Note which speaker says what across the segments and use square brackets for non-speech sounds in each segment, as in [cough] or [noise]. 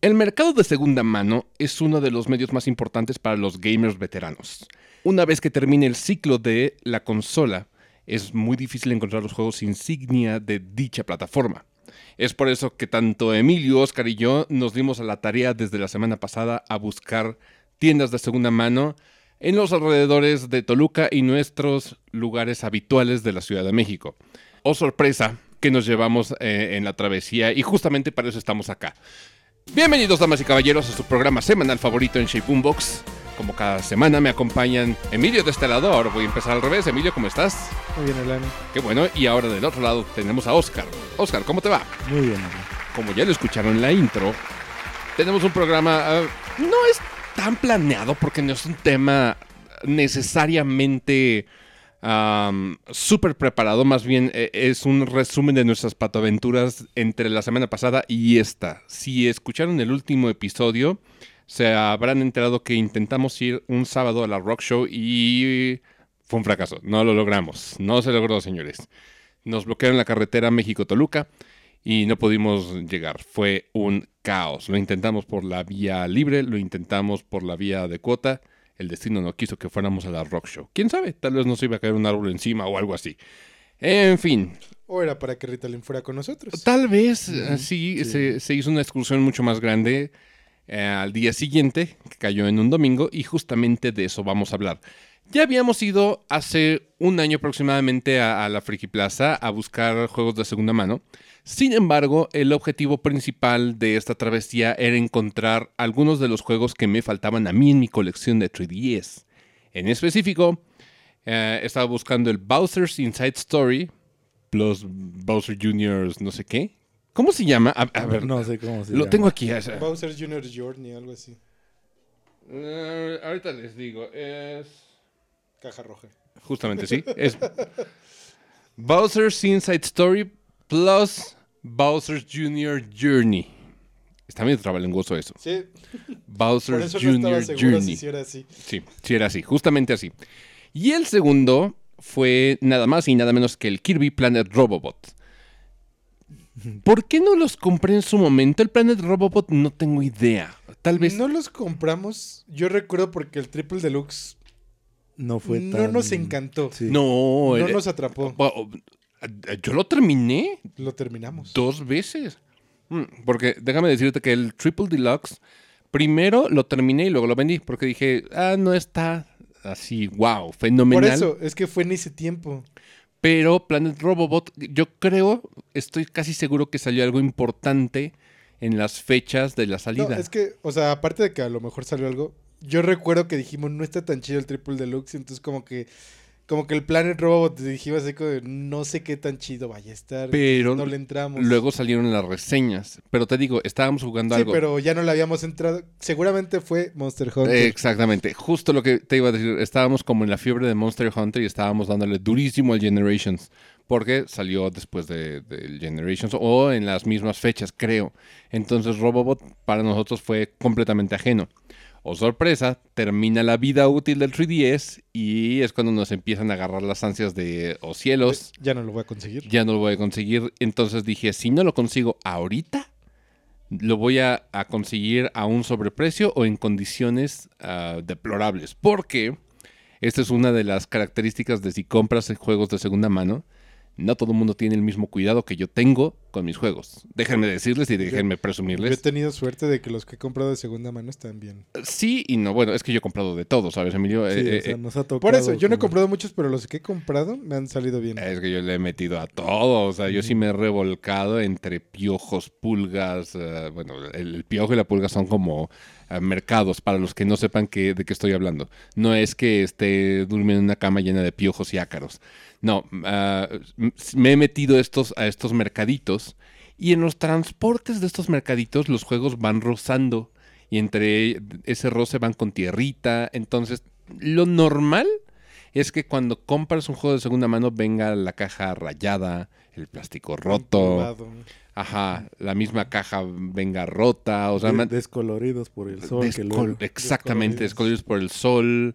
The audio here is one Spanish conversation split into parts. Speaker 1: El mercado de segunda mano es uno de los medios más importantes para los gamers veteranos. Una vez que termine el ciclo de la consola, es muy difícil encontrar los juegos insignia de dicha plataforma. Es por eso que tanto Emilio, Oscar y yo nos dimos a la tarea desde la semana pasada a buscar tiendas de segunda mano en los alrededores de Toluca y nuestros lugares habituales de la Ciudad de México. Oh sorpresa que nos llevamos eh, en la travesía y justamente para eso estamos acá. Bienvenidos damas y caballeros a su programa semanal favorito en Shape Boombox. Como cada semana me acompañan Emilio de este lado, ahora voy a empezar al revés. Emilio, ¿cómo estás?
Speaker 2: Muy bien, Elena.
Speaker 1: Qué bueno, y ahora del otro lado tenemos a Oscar. Oscar, ¿cómo te va?
Speaker 2: Muy bien, Elena.
Speaker 1: Como ya lo escucharon en la intro, tenemos un programa... eh, no es tan planeado porque no es un tema necesariamente am, súper preparado. Más bien eh, es un resumen de nuestras patoaventuras entre la semana pasada y esta. Si escucharon el último episodio, se habrán enterado que intentamos ir un sábado a la Rock Show y fue un fracaso. No lo logramos. No se logró, señores. Nos bloquearon la carretera México-Toluca y no pudimos llegar. Fue un caos. Lo intentamos por la vía libre, lo intentamos por la vía de cuota. El destino no quiso que fuéramos a la rock show. ¿Quién sabe? Tal vez nos iba a caer un árbol encima o algo así. En fin,
Speaker 2: O era para que Ritalin fuera con nosotros.
Speaker 1: Tal vez, eh, sí, Se, se hizo una excursión mucho más grande eh, al día siguiente, que cayó en un domingo, y justamente de eso vamos a hablar. Ya habíamos ido hace un año aproximadamente a, a la Friki Plaza a buscar juegos de segunda mano. Sin embargo, el objetivo principal de esta travesía era encontrar algunos de los juegos que me faltaban a mí en mi colección de 3DS. En específico, eh, estaba buscando el Bowser's Inside Story, plus Bowser Jr.'s no sé qué. ¿Cómo se llama? A, a ver,
Speaker 3: No sé cómo se
Speaker 1: lo
Speaker 3: llama.
Speaker 1: tengo aquí. eh, o sea,
Speaker 2: Bowser Jr. Journey, algo así.
Speaker 1: eh, ahorita les digo, es...
Speaker 2: Caja roja.
Speaker 1: Justamente, sí. Es Bowser's Inside Story plus Bowser's Jr. Journey. Está medio trabalengoso eso.
Speaker 2: Sí, por
Speaker 1: Bowser's
Speaker 2: eso no estaba
Speaker 1: Jr.
Speaker 2: seguro
Speaker 1: Journey.
Speaker 2: si sí era así.
Speaker 1: Sí, sí era así, justamente así. Y el segundo fue nada más y nada menos que el Kirby Planet Robobot. ¿Por qué no los compré en su momento? El Planet Robobot no tengo idea. Tal vez
Speaker 2: No los compramos, yo recuerdo porque el Triple Deluxe
Speaker 3: No fue
Speaker 2: no
Speaker 3: tan-
Speaker 2: nos encantó.
Speaker 3: Sí.
Speaker 1: no,
Speaker 2: no
Speaker 1: eh,
Speaker 2: nos atrapó.
Speaker 1: o- o- yo lo terminé
Speaker 2: Lo terminamos.
Speaker 1: dos veces. Mm, Porque déjame decirte que el Triple Deluxe primero lo terminé y luego lo vendí porque dije, ah, no está así, wow,
Speaker 2: Por
Speaker 1: fenomenal.
Speaker 2: eso, es que fue en ese tiempo.
Speaker 1: Pero Planet Robobot, yo creo, estoy casi seguro que salió algo importante en las fechas de la
Speaker 2: No,
Speaker 1: salida.
Speaker 2: es que, o sea, aparte de que a lo mejor salió algo, yo recuerdo que dijimos, no está tan chido el Triple Deluxe, entonces como que como que el Planet Robot dijimos así como, de, no sé qué tan chido vaya a estar.
Speaker 1: Pero
Speaker 2: no le entramos.
Speaker 1: Luego salieron las reseñas. Pero te digo, estábamos jugando
Speaker 2: Sí,
Speaker 1: algo.
Speaker 2: pero ya no le habíamos entrado. Seguramente fue Monster Hunter.
Speaker 1: Eh, Exactamente, justo lo que te iba a decir. Estábamos como en la fiebre de Monster Hunter y estábamos dándole durísimo al Generations, porque salió después de- del Generations o en las mismas fechas, creo. Entonces Robobot para nosotros fue completamente ajeno. O sorpresa, termina la vida útil del 3DS y es cuando nos empiezan a agarrar las ansias de, o cielos,
Speaker 2: Eh, Ya no lo voy a conseguir.
Speaker 1: ya no lo voy a conseguir. Entonces dije, si no lo consigo ahorita, lo voy a, a conseguir a un sobreprecio o en condiciones ah, deplorables. Porque esta es una de las características de si compras en juegos de segunda mano. No todo el mundo tiene el mismo cuidado que yo tengo con mis juegos. Déjenme decirles y déjenme
Speaker 2: Yo he
Speaker 1: presumirles.
Speaker 2: tenido suerte de que los que he comprado de segunda mano están bien.
Speaker 1: Sí y no. Bueno, es que yo he comprado de todo, ¿sabes, Emilio?
Speaker 3: Sí,
Speaker 1: Eh, eh,
Speaker 3: o sea, nos ha tocado.
Speaker 2: Por eso, yo no he
Speaker 3: como-
Speaker 2: comprado muchos, pero los que he comprado me han salido bien.
Speaker 1: Es que yo le he metido a todo, o sea, yo sí me he revolcado entre piojos, pulgas, eh, bueno, el, el piojo y la pulga son como eh, mercados, para los que no sepan que, de qué estoy hablando. No es que esté durmiendo en una cama llena de piojos y ácaros, no, ah, m- me he metido estos, a estos mercaditos y en los transportes de estos mercaditos los juegos van rozando y entre ese roce van con tierrita, entonces lo normal es que cuando compras un juego de segunda mano venga la caja rayada, el plástico roto,
Speaker 2: Probado.
Speaker 1: ajá, la misma caja venga rota, o sea,
Speaker 3: de-
Speaker 1: man-
Speaker 3: descoloridos por el sol. que
Speaker 1: descol-
Speaker 3: luego-
Speaker 1: exactamente,
Speaker 2: Descoloridos.
Speaker 1: descoloridos por el sol.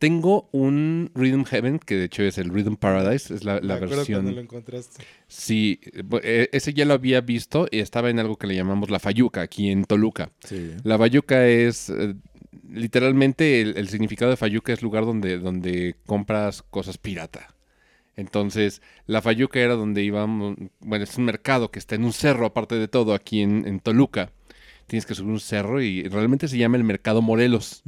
Speaker 1: Tengo un Rhythm Heaven, que de hecho es el Rhythm Paradise, es la,
Speaker 2: Me
Speaker 1: la
Speaker 2: acuerdo
Speaker 1: versión...
Speaker 2: cuando lo encontraste.
Speaker 1: Sí, eh, ese ya lo había visto y estaba en algo que le llamamos la Fayuca, aquí en Toluca.
Speaker 3: Sí.
Speaker 1: La Fayuca es, eh, literalmente, el, el significado de Fayuca es lugar donde, donde compras cosas pirata. Entonces, la Fayuca era donde íbamos, bueno, es un mercado que está en un cerro, aparte de todo, aquí en, en Toluca. Tienes que subir un cerro y realmente se llama el Mercado Morelos.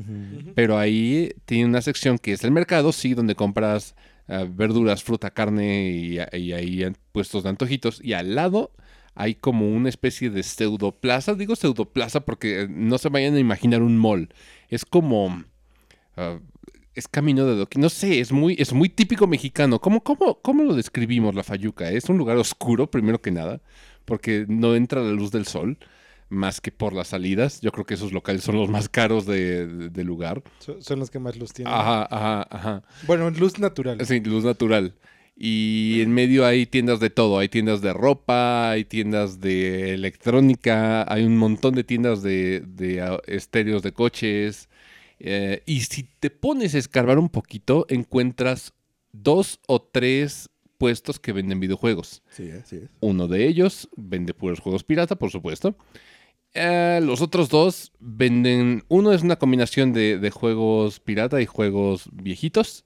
Speaker 1: Pero ahí tiene una sección que es el mercado, sí, donde compras ah, verduras, fruta, carne y, y ahí han puestos de antojitos. Y al lado hay como una especie de pseudoplaza. Digo pseudoplaza porque eh, no se vayan a imaginar un mall. Es como... ah, es camino de doqui. No sé, es muy, es muy típico mexicano. ¿Cómo, cómo, ¿Cómo lo describimos la Fayuca? Es un lugar oscuro, primero que nada, porque no entra la luz del sol más que por las salidas. Yo creo que esos locales son los más caros de- de- del lugar.
Speaker 2: So- Son los que más luz tienen.
Speaker 1: Ajá, ajá, ajá.
Speaker 2: Bueno, luz natural.
Speaker 1: Sí, luz natural. Y en medio hay tiendas de todo. Hay tiendas de ropa, hay tiendas de electrónica, hay un montón de tiendas de, de, ah, estéreos de coches. Eh, y si te pones a escarbar un poquito, encuentras dos o tres puestos que venden videojuegos.
Speaker 3: Sí, eh, sí.
Speaker 1: Uno de ellos vende puros juegos pirata, por supuesto. Eh, los otros dos venden. Uno es una combinación de, de juegos pirata y juegos viejitos.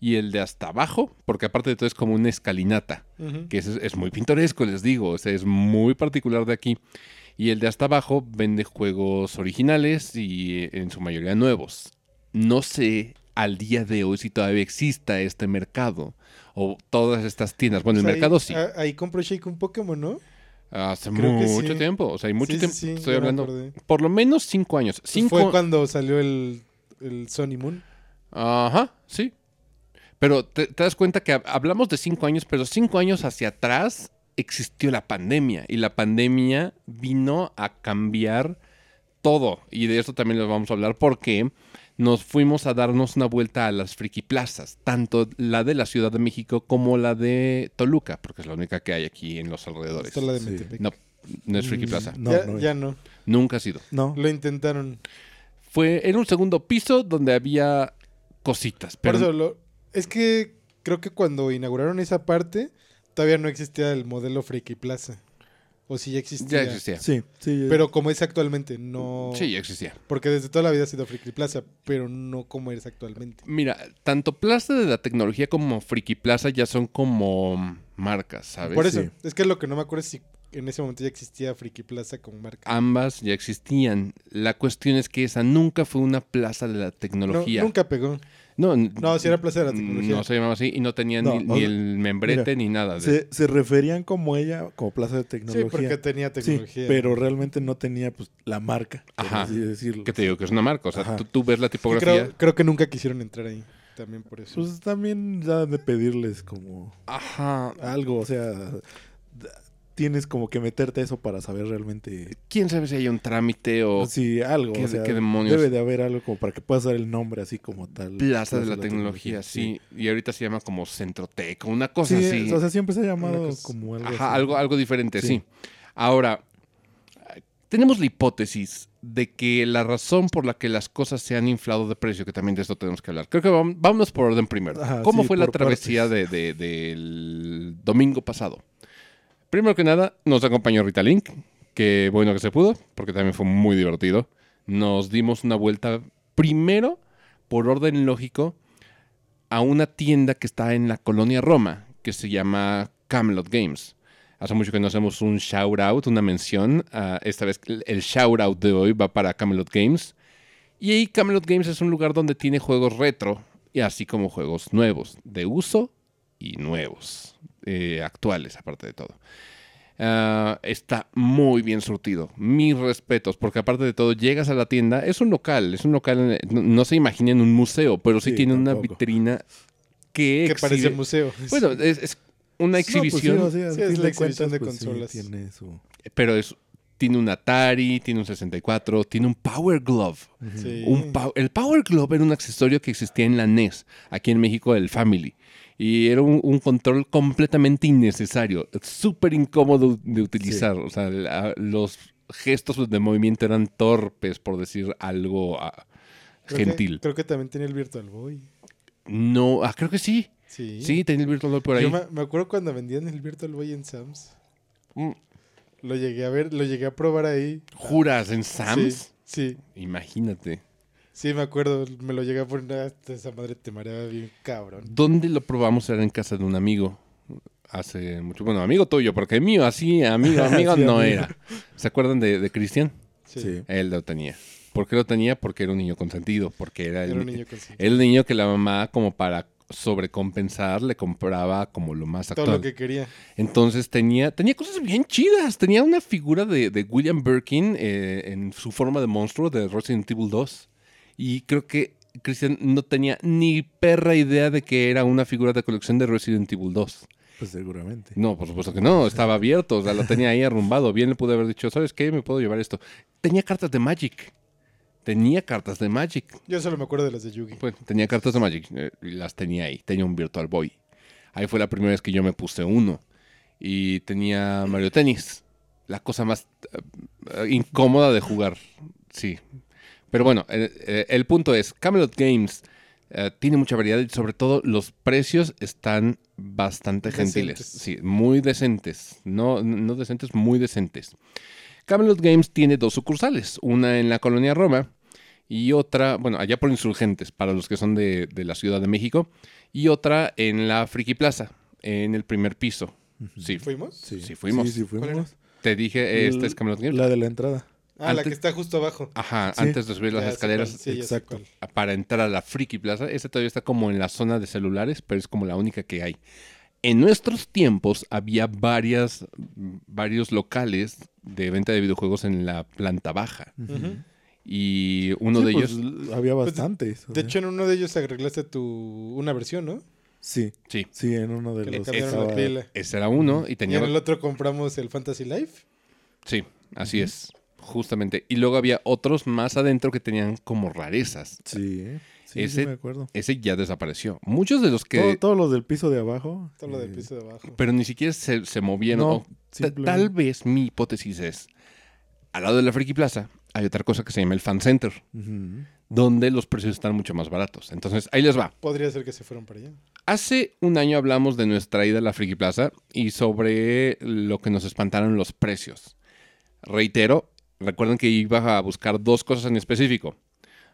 Speaker 1: Y el de hasta abajo, porque aparte de todo es como una escalinata,
Speaker 2: Ujú.
Speaker 1: que es, es muy pintoresco, les digo. o sea, es muy particular de aquí. Y el de hasta abajo vende juegos originales y eh, en su mayoría nuevos. No sé al día de hoy si todavía exista este mercado o todas estas tiendas. Bueno,
Speaker 2: Pues
Speaker 1: el
Speaker 2: ahí-
Speaker 1: mercado sí.
Speaker 2: a- Ahí compró Shake un Pokémon, ¿no?
Speaker 1: Hace
Speaker 2: Creo que
Speaker 1: mucho
Speaker 2: sí.
Speaker 1: tiempo, o sea, hay mucho
Speaker 2: Sí, sí,
Speaker 1: tiempo.
Speaker 2: sí,
Speaker 1: estoy
Speaker 2: ya me
Speaker 1: hablando
Speaker 2: acordé. Pues
Speaker 1: por lo menos cinco años. Cinco.
Speaker 2: Fue cuando salió el, el Sony Moon.
Speaker 1: Ajá, sí. Pero te, te das cuenta que hab- hablamos de cinco años, pero cinco años hacia atrás existió la pandemia y la pandemia vino a cambiar todo. Y de eso también les vamos a hablar porque nos fuimos a darnos una vuelta a las friki plazas, tanto la de la Ciudad de México como la de Toluca, porque es la única que hay aquí en los alrededores.
Speaker 2: Esta es la de
Speaker 3: Sí.
Speaker 2: Metepec.
Speaker 1: No, no es friki
Speaker 3: Mm,
Speaker 1: plaza.
Speaker 3: No,
Speaker 2: ya,
Speaker 3: no es.
Speaker 2: ya no.
Speaker 1: Nunca ha sido.
Speaker 3: No.
Speaker 2: Lo intentaron.
Speaker 1: Fue en un segundo piso donde había cositas. Pero
Speaker 2: Por eso, lo- es que creo que cuando inauguraron esa parte, todavía no existía el modelo Freaky Plaza. O si ya
Speaker 1: ya
Speaker 2: existía.
Speaker 1: existía.
Speaker 3: Sí, sí. eh,
Speaker 2: Pero como es actualmente, no.
Speaker 1: Sí, ya existía.
Speaker 2: Porque desde toda la vida ha sido Freaky Plaza, pero no como es actualmente.
Speaker 1: Mira, tanto Plaza de la Tecnología como Friki Plaza ya son como marcas, ¿sabes?
Speaker 2: Por eso,
Speaker 3: Sí.
Speaker 2: es que lo que no me acuerdo es si en ese momento ya existía Freaky Plaza como marca.
Speaker 1: Ambas ya existían. La cuestión es que esa nunca fue una plaza de la
Speaker 2: No,
Speaker 1: tecnología.
Speaker 2: nunca pegó.
Speaker 1: No,
Speaker 2: No, sí era Plaza de la Tecnología.
Speaker 1: No se llamaba así y no tenía
Speaker 3: No,
Speaker 1: ni,
Speaker 3: o
Speaker 1: ni
Speaker 3: sea,
Speaker 1: el membrete ni nada. de-
Speaker 3: se, se referían como ella, como Plaza de
Speaker 2: Sí,
Speaker 3: Tecnología.
Speaker 2: porque tenía
Speaker 3: Sí,
Speaker 2: tecnología.
Speaker 3: pero realmente no tenía pues la marca, por
Speaker 1: Ajá.
Speaker 3: así decirlo.
Speaker 1: Que te digo que es una marca. O sea,
Speaker 3: Ajá.
Speaker 1: tú, tú ves la
Speaker 2: Y
Speaker 1: tipografía.
Speaker 2: creo, creo que nunca quisieron entrar ahí. También por eso.
Speaker 3: Pues también ya de pedirles como
Speaker 1: Ajá.
Speaker 3: algo, o sea, d- tienes como que meterte a eso para saber realmente
Speaker 1: ¿Quién sabe si hay un trámite o
Speaker 3: si algo,
Speaker 1: ¿Qué-
Speaker 3: o sea,
Speaker 1: qué demonios?
Speaker 3: debe de haber algo como para que puedas dar el nombre así como tal.
Speaker 1: Plaza de la Tecnología, sí. eh, Y ahorita se llama como Centroteca, una cosa
Speaker 3: Sí,
Speaker 1: así.
Speaker 3: o sea, siempre se
Speaker 2: Una
Speaker 3: ha llamado
Speaker 2: cosa-
Speaker 3: como algo
Speaker 1: Ajá,
Speaker 3: así.
Speaker 1: algo, algo diferente, sí.
Speaker 3: Sí.
Speaker 1: Ahora, tenemos la hipótesis de que la razón por la que las cosas se han inflado de precio, que también de esto tenemos que hablar. Creo que vam- vámonos por orden primero.
Speaker 3: Ajá,
Speaker 1: ¿Cómo
Speaker 3: sí,
Speaker 1: fue la
Speaker 3: por
Speaker 1: travesía de- de- del domingo pasado? Primero que nada, nos acompañó Rita Link, que bueno que se pudo, porque también fue muy divertido. Nos dimos una vuelta primero, por orden lógico, a una tienda que está en la colonia Roma, que se llama Camelot Games. Hace mucho que no hacemos un shout out, una mención. ah, esta vez el el shout out de hoy va para Camelot Games. Y ahí Camelot Games es un lugar donde tiene juegos retro, y así como juegos nuevos, de uso y nuevos, eh, actuales aparte de todo. Ah, está muy bien surtido. Mis respetos, porque aparte de todo, llegas a la tienda, es un local, es un local, en- no, no se imaginen un museo, pero sí,
Speaker 3: Sí,
Speaker 1: tiene una
Speaker 3: tampoco.
Speaker 1: vitrina que,
Speaker 2: que parece
Speaker 1: exhibe-
Speaker 2: museo.
Speaker 1: Bueno,
Speaker 2: [laughs]
Speaker 1: es, es una exhibición,
Speaker 3: No, pues sí, o sea,
Speaker 2: Sí,
Speaker 3: al
Speaker 2: es
Speaker 3: fin
Speaker 2: la
Speaker 3: de cuentas,
Speaker 2: exhibición de
Speaker 3: pues, sí,
Speaker 2: consolas.
Speaker 3: tiene su-
Speaker 1: pero es, tiene un Atari, tiene un 64, tiene un Power Glove.
Speaker 2: Sí.
Speaker 1: Un pow- el Power Glove era un accesorio que existía en la NES, aquí en México, el Family. Y era un, un control completamente innecesario, súper incómodo de utilizar. O sea, la- los gestos de movimiento eran torpes, por decir algo ah,
Speaker 2: Creo que-
Speaker 1: gentil.
Speaker 2: creo que también tenía el Virtual Boy.
Speaker 1: No, ah, creo que sí.
Speaker 2: Sí.
Speaker 1: Sí, tenía el Virtual Boy por ahí.
Speaker 2: Yo me, me acuerdo cuando vendían el Virtual Boy en Sam's.
Speaker 1: Mm,
Speaker 2: Lo llegué a ver, lo llegué a probar ahí.
Speaker 1: ¿Juras en Sam's?
Speaker 2: Sí, sí,
Speaker 1: Imagínate.
Speaker 2: sí, me acuerdo. Me lo llegué a poner. hasta esa madre te mareaba bien, cabrón.
Speaker 1: ¿Dónde lo probamos? Era en casa de un amigo. Hace mucho. Bueno, amigo tuyo, porque mío, así,
Speaker 2: [laughs]
Speaker 1: amigo, amigo
Speaker 3: Sí,
Speaker 1: no
Speaker 3: amigo.
Speaker 1: era. ¿Se acuerdan de, de Cristian?
Speaker 2: Sí.
Speaker 3: Sí.
Speaker 1: Él lo tenía. ¿Por qué lo tenía? Porque era un niño consentido. Porque era el,
Speaker 2: Era un niño con sí.
Speaker 1: el niño que la mamá, como para sobrecompensar, le compraba como lo más
Speaker 2: Todo
Speaker 1: actual.
Speaker 2: lo que quería.
Speaker 1: Entonces tenía, tenía cosas bien chidas. Tenía una figura de, de William Birkin eh, en su forma de monstruo de Resident Evil 2. Y creo que Christian no tenía ni perra idea de que era una figura de colección de Resident Evil 2.
Speaker 3: Pues seguramente.
Speaker 2: Mm,
Speaker 1: No, por supuesto que no, estaba abierto, o sea, lo tenía ahí arrumbado. Bien le pude haber dicho, ¿sabes qué? Me puedo llevar esto. Tenía cartas de Magic. Tenía cartas de Magic.
Speaker 2: Yo solo me acuerdo de las de Yugi.
Speaker 1: Pues tenía cartas de Magic, eh, y las tenía ahí, tenía un Virtual Boy. Ahí fue la primera vez que yo me puse uno. Y tenía Mario Tennis, la cosa más eh, eh, incómoda de jugar, sí. Pero bueno, eh, eh, el punto es, Camelot Games eh, tiene mucha variedad y sobre todo los precios están bastante gentiles.
Speaker 2: Decentes.
Speaker 1: Sí, muy decentes. No, no decentes, muy decentes. Camelot Games tiene dos sucursales, una en la colonia Roma y otra, bueno, allá por Insurgentes, para los que son de, de la Ciudad de México, y otra en la Friki Plaza, en el primer piso. Sí,
Speaker 2: ¿Fuimos?
Speaker 1: sí fuimos.
Speaker 3: Sí, sí
Speaker 2: ¿Cuál
Speaker 3: fuimos.
Speaker 1: te dije, esta es Camelot Games.
Speaker 3: La de la entrada.
Speaker 2: Ah, la
Speaker 1: Antes-
Speaker 2: que está justo abajo.
Speaker 1: Ajá,
Speaker 3: Sí.
Speaker 1: antes de subir las
Speaker 2: Ya sé
Speaker 1: escaleras
Speaker 2: cuál, sí, ya sé
Speaker 3: exacto.
Speaker 2: cuál.
Speaker 1: para entrar a la Friki Plaza. Esta todavía está como en la zona de celulares, pero es como la única que hay. En nuestros tiempos había varias, varios locales de venta de videojuegos en la planta baja.
Speaker 2: Ujú.
Speaker 1: Y uno
Speaker 3: Sí,
Speaker 1: de
Speaker 3: pues,
Speaker 1: ellos...
Speaker 3: l- Había
Speaker 2: Mm. Pues,
Speaker 3: bastantes. o
Speaker 2: De
Speaker 3: sea.
Speaker 2: hecho, en uno de ellos arreglaste tu una versión, ¿no?
Speaker 3: Sí,
Speaker 1: Sí,
Speaker 3: sí, en uno de
Speaker 2: Que le
Speaker 3: los.
Speaker 2: cambiaron
Speaker 3: estaba-
Speaker 2: la pila.
Speaker 1: ese era uno y
Speaker 2: eh, Y
Speaker 1: tenía...
Speaker 2: en el otro compramos el Fantasy Life.
Speaker 1: Sí, así es, justamente. Y luego había otros más adentro que tenían como rarezas.
Speaker 3: Sí, ¿eh? sí, sí
Speaker 1: Ese-
Speaker 3: me acuerdo.
Speaker 1: Ese ya desapareció. Muchos de los que...
Speaker 3: Todo- todos los del piso de abajo.
Speaker 2: Todo lo del
Speaker 3: eh,
Speaker 2: piso de abajo.
Speaker 1: Pero ni siquiera se, se movieron.
Speaker 3: No,
Speaker 1: o- ta-
Speaker 3: simplemente-
Speaker 1: tal vez mi hipótesis es, al lado de la Friki Plaza hay otra cosa que se llama el Fan Center,
Speaker 3: ujú.
Speaker 1: donde los precios están mucho más baratos. Entonces, ahí les va.
Speaker 2: Podría ser que se fueron para allá.
Speaker 1: Hace un año hablamos de nuestra ida a la Friki Plaza y sobre lo que nos espantaron los precios. Reitero, recuerden que iba a buscar dos cosas en específico.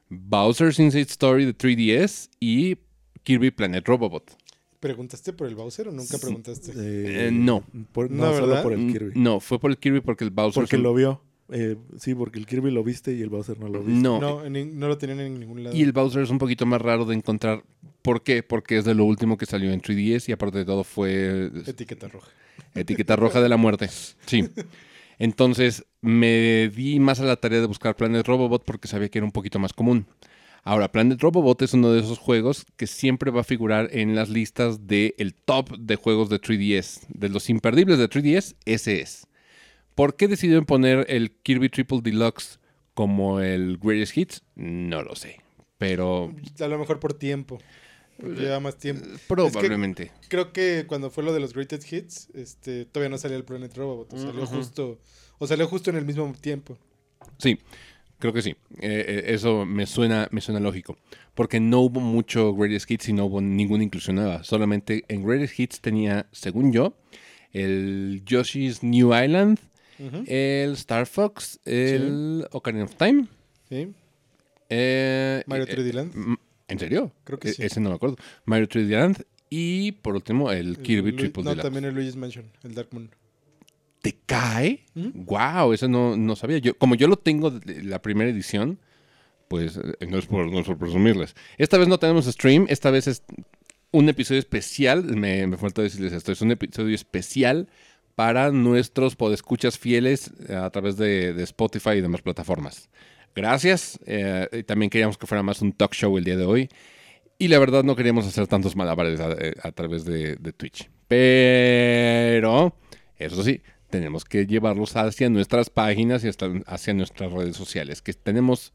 Speaker 1: Bowser's Inside Story de 3DS y Kirby Planet Robobot.
Speaker 2: ¿Preguntaste por el Bowser o nunca preguntaste?
Speaker 3: Eh,
Speaker 1: Eh, no.
Speaker 3: por-
Speaker 2: No,
Speaker 3: no, solo
Speaker 2: ¿verdad?
Speaker 3: por el
Speaker 1: Mm,
Speaker 3: Kirby.
Speaker 1: No, fue por el Kirby porque el Bowser...
Speaker 3: Porque lo vio. Eh, sí, porque el Kirby lo viste y el Bowser no lo viste.
Speaker 1: No,
Speaker 2: No, en nin- no lo tenían en ningún lado.
Speaker 1: Y el Bowser es un poquito más raro de encontrar. ¿Por qué? Porque es de lo último que salió en 3DS y aparte de todo fue
Speaker 2: Etiqueta roja.
Speaker 1: etiqueta roja de la muerte. Sí. Entonces me di más a la tarea de buscar Planet Robobot porque sabía que era un poquito más común. Ahora, Planet Robobot es uno de esos juegos que siempre va a figurar en las listas del el top de juegos de 3DS. De los imperdibles de 3DS, ese es. ¿Por qué decidieron poner el Kirby Triple Deluxe como el Greatest Hits? No lo sé. Pero
Speaker 2: A lo mejor por tiempo. porque
Speaker 1: Pues,
Speaker 2: Lleva más tiempo.
Speaker 1: eh, Probablemente.
Speaker 2: Creo que cuando fue lo de los Greatest Hits, este, todavía no salía el Planet Robot. o salió
Speaker 1: Ujú.
Speaker 2: justo. O salió justo en el mismo tiempo.
Speaker 1: Sí, creo que sí. Eh, eh, eso me suena, me suena lógico. Porque no hubo mucho Greatest Hits y no hubo ninguna inclusión nueva. Solamente en Greatest Hits tenía, según yo, el Yoshi's New Island,
Speaker 2: Ujú.
Speaker 1: el Star Fox, el Ocarina of Time.
Speaker 2: ¿Sí?
Speaker 1: eh,
Speaker 2: Mario
Speaker 1: eh,
Speaker 2: 3D Land.
Speaker 1: mm, ¿En serio?
Speaker 2: Creo que
Speaker 1: E-
Speaker 2: sí.
Speaker 1: Ese no me acuerdo. Mario 3D Land y, por último, el Kirby
Speaker 2: Lu-
Speaker 1: Triple
Speaker 2: No,
Speaker 1: Deluxe.
Speaker 2: también el Luigi's Mansion, el Dark Moon.
Speaker 1: ¿Te cae?
Speaker 2: ¿Mm?
Speaker 1: Wow, eso no, no sabía. Yo, como yo lo tengo de la primera edición, pues eh, no es, por, no es por presumirles. Esta vez no tenemos stream, esta vez es un episodio especial. Me, me falta decirles esto, es un episodio especial para nuestros podescuchas fieles eh, a través de, de Spotify y demás plataformas. Gracias. eh, y también queríamos que fuera más un talk show el día de hoy. Y la verdad no queríamos hacer tantos malabares a, eh, a través de, de Twitch. Pero, eso sí, tenemos que llevarlos hacia nuestras páginas y hasta hacia nuestras redes sociales, que tenemos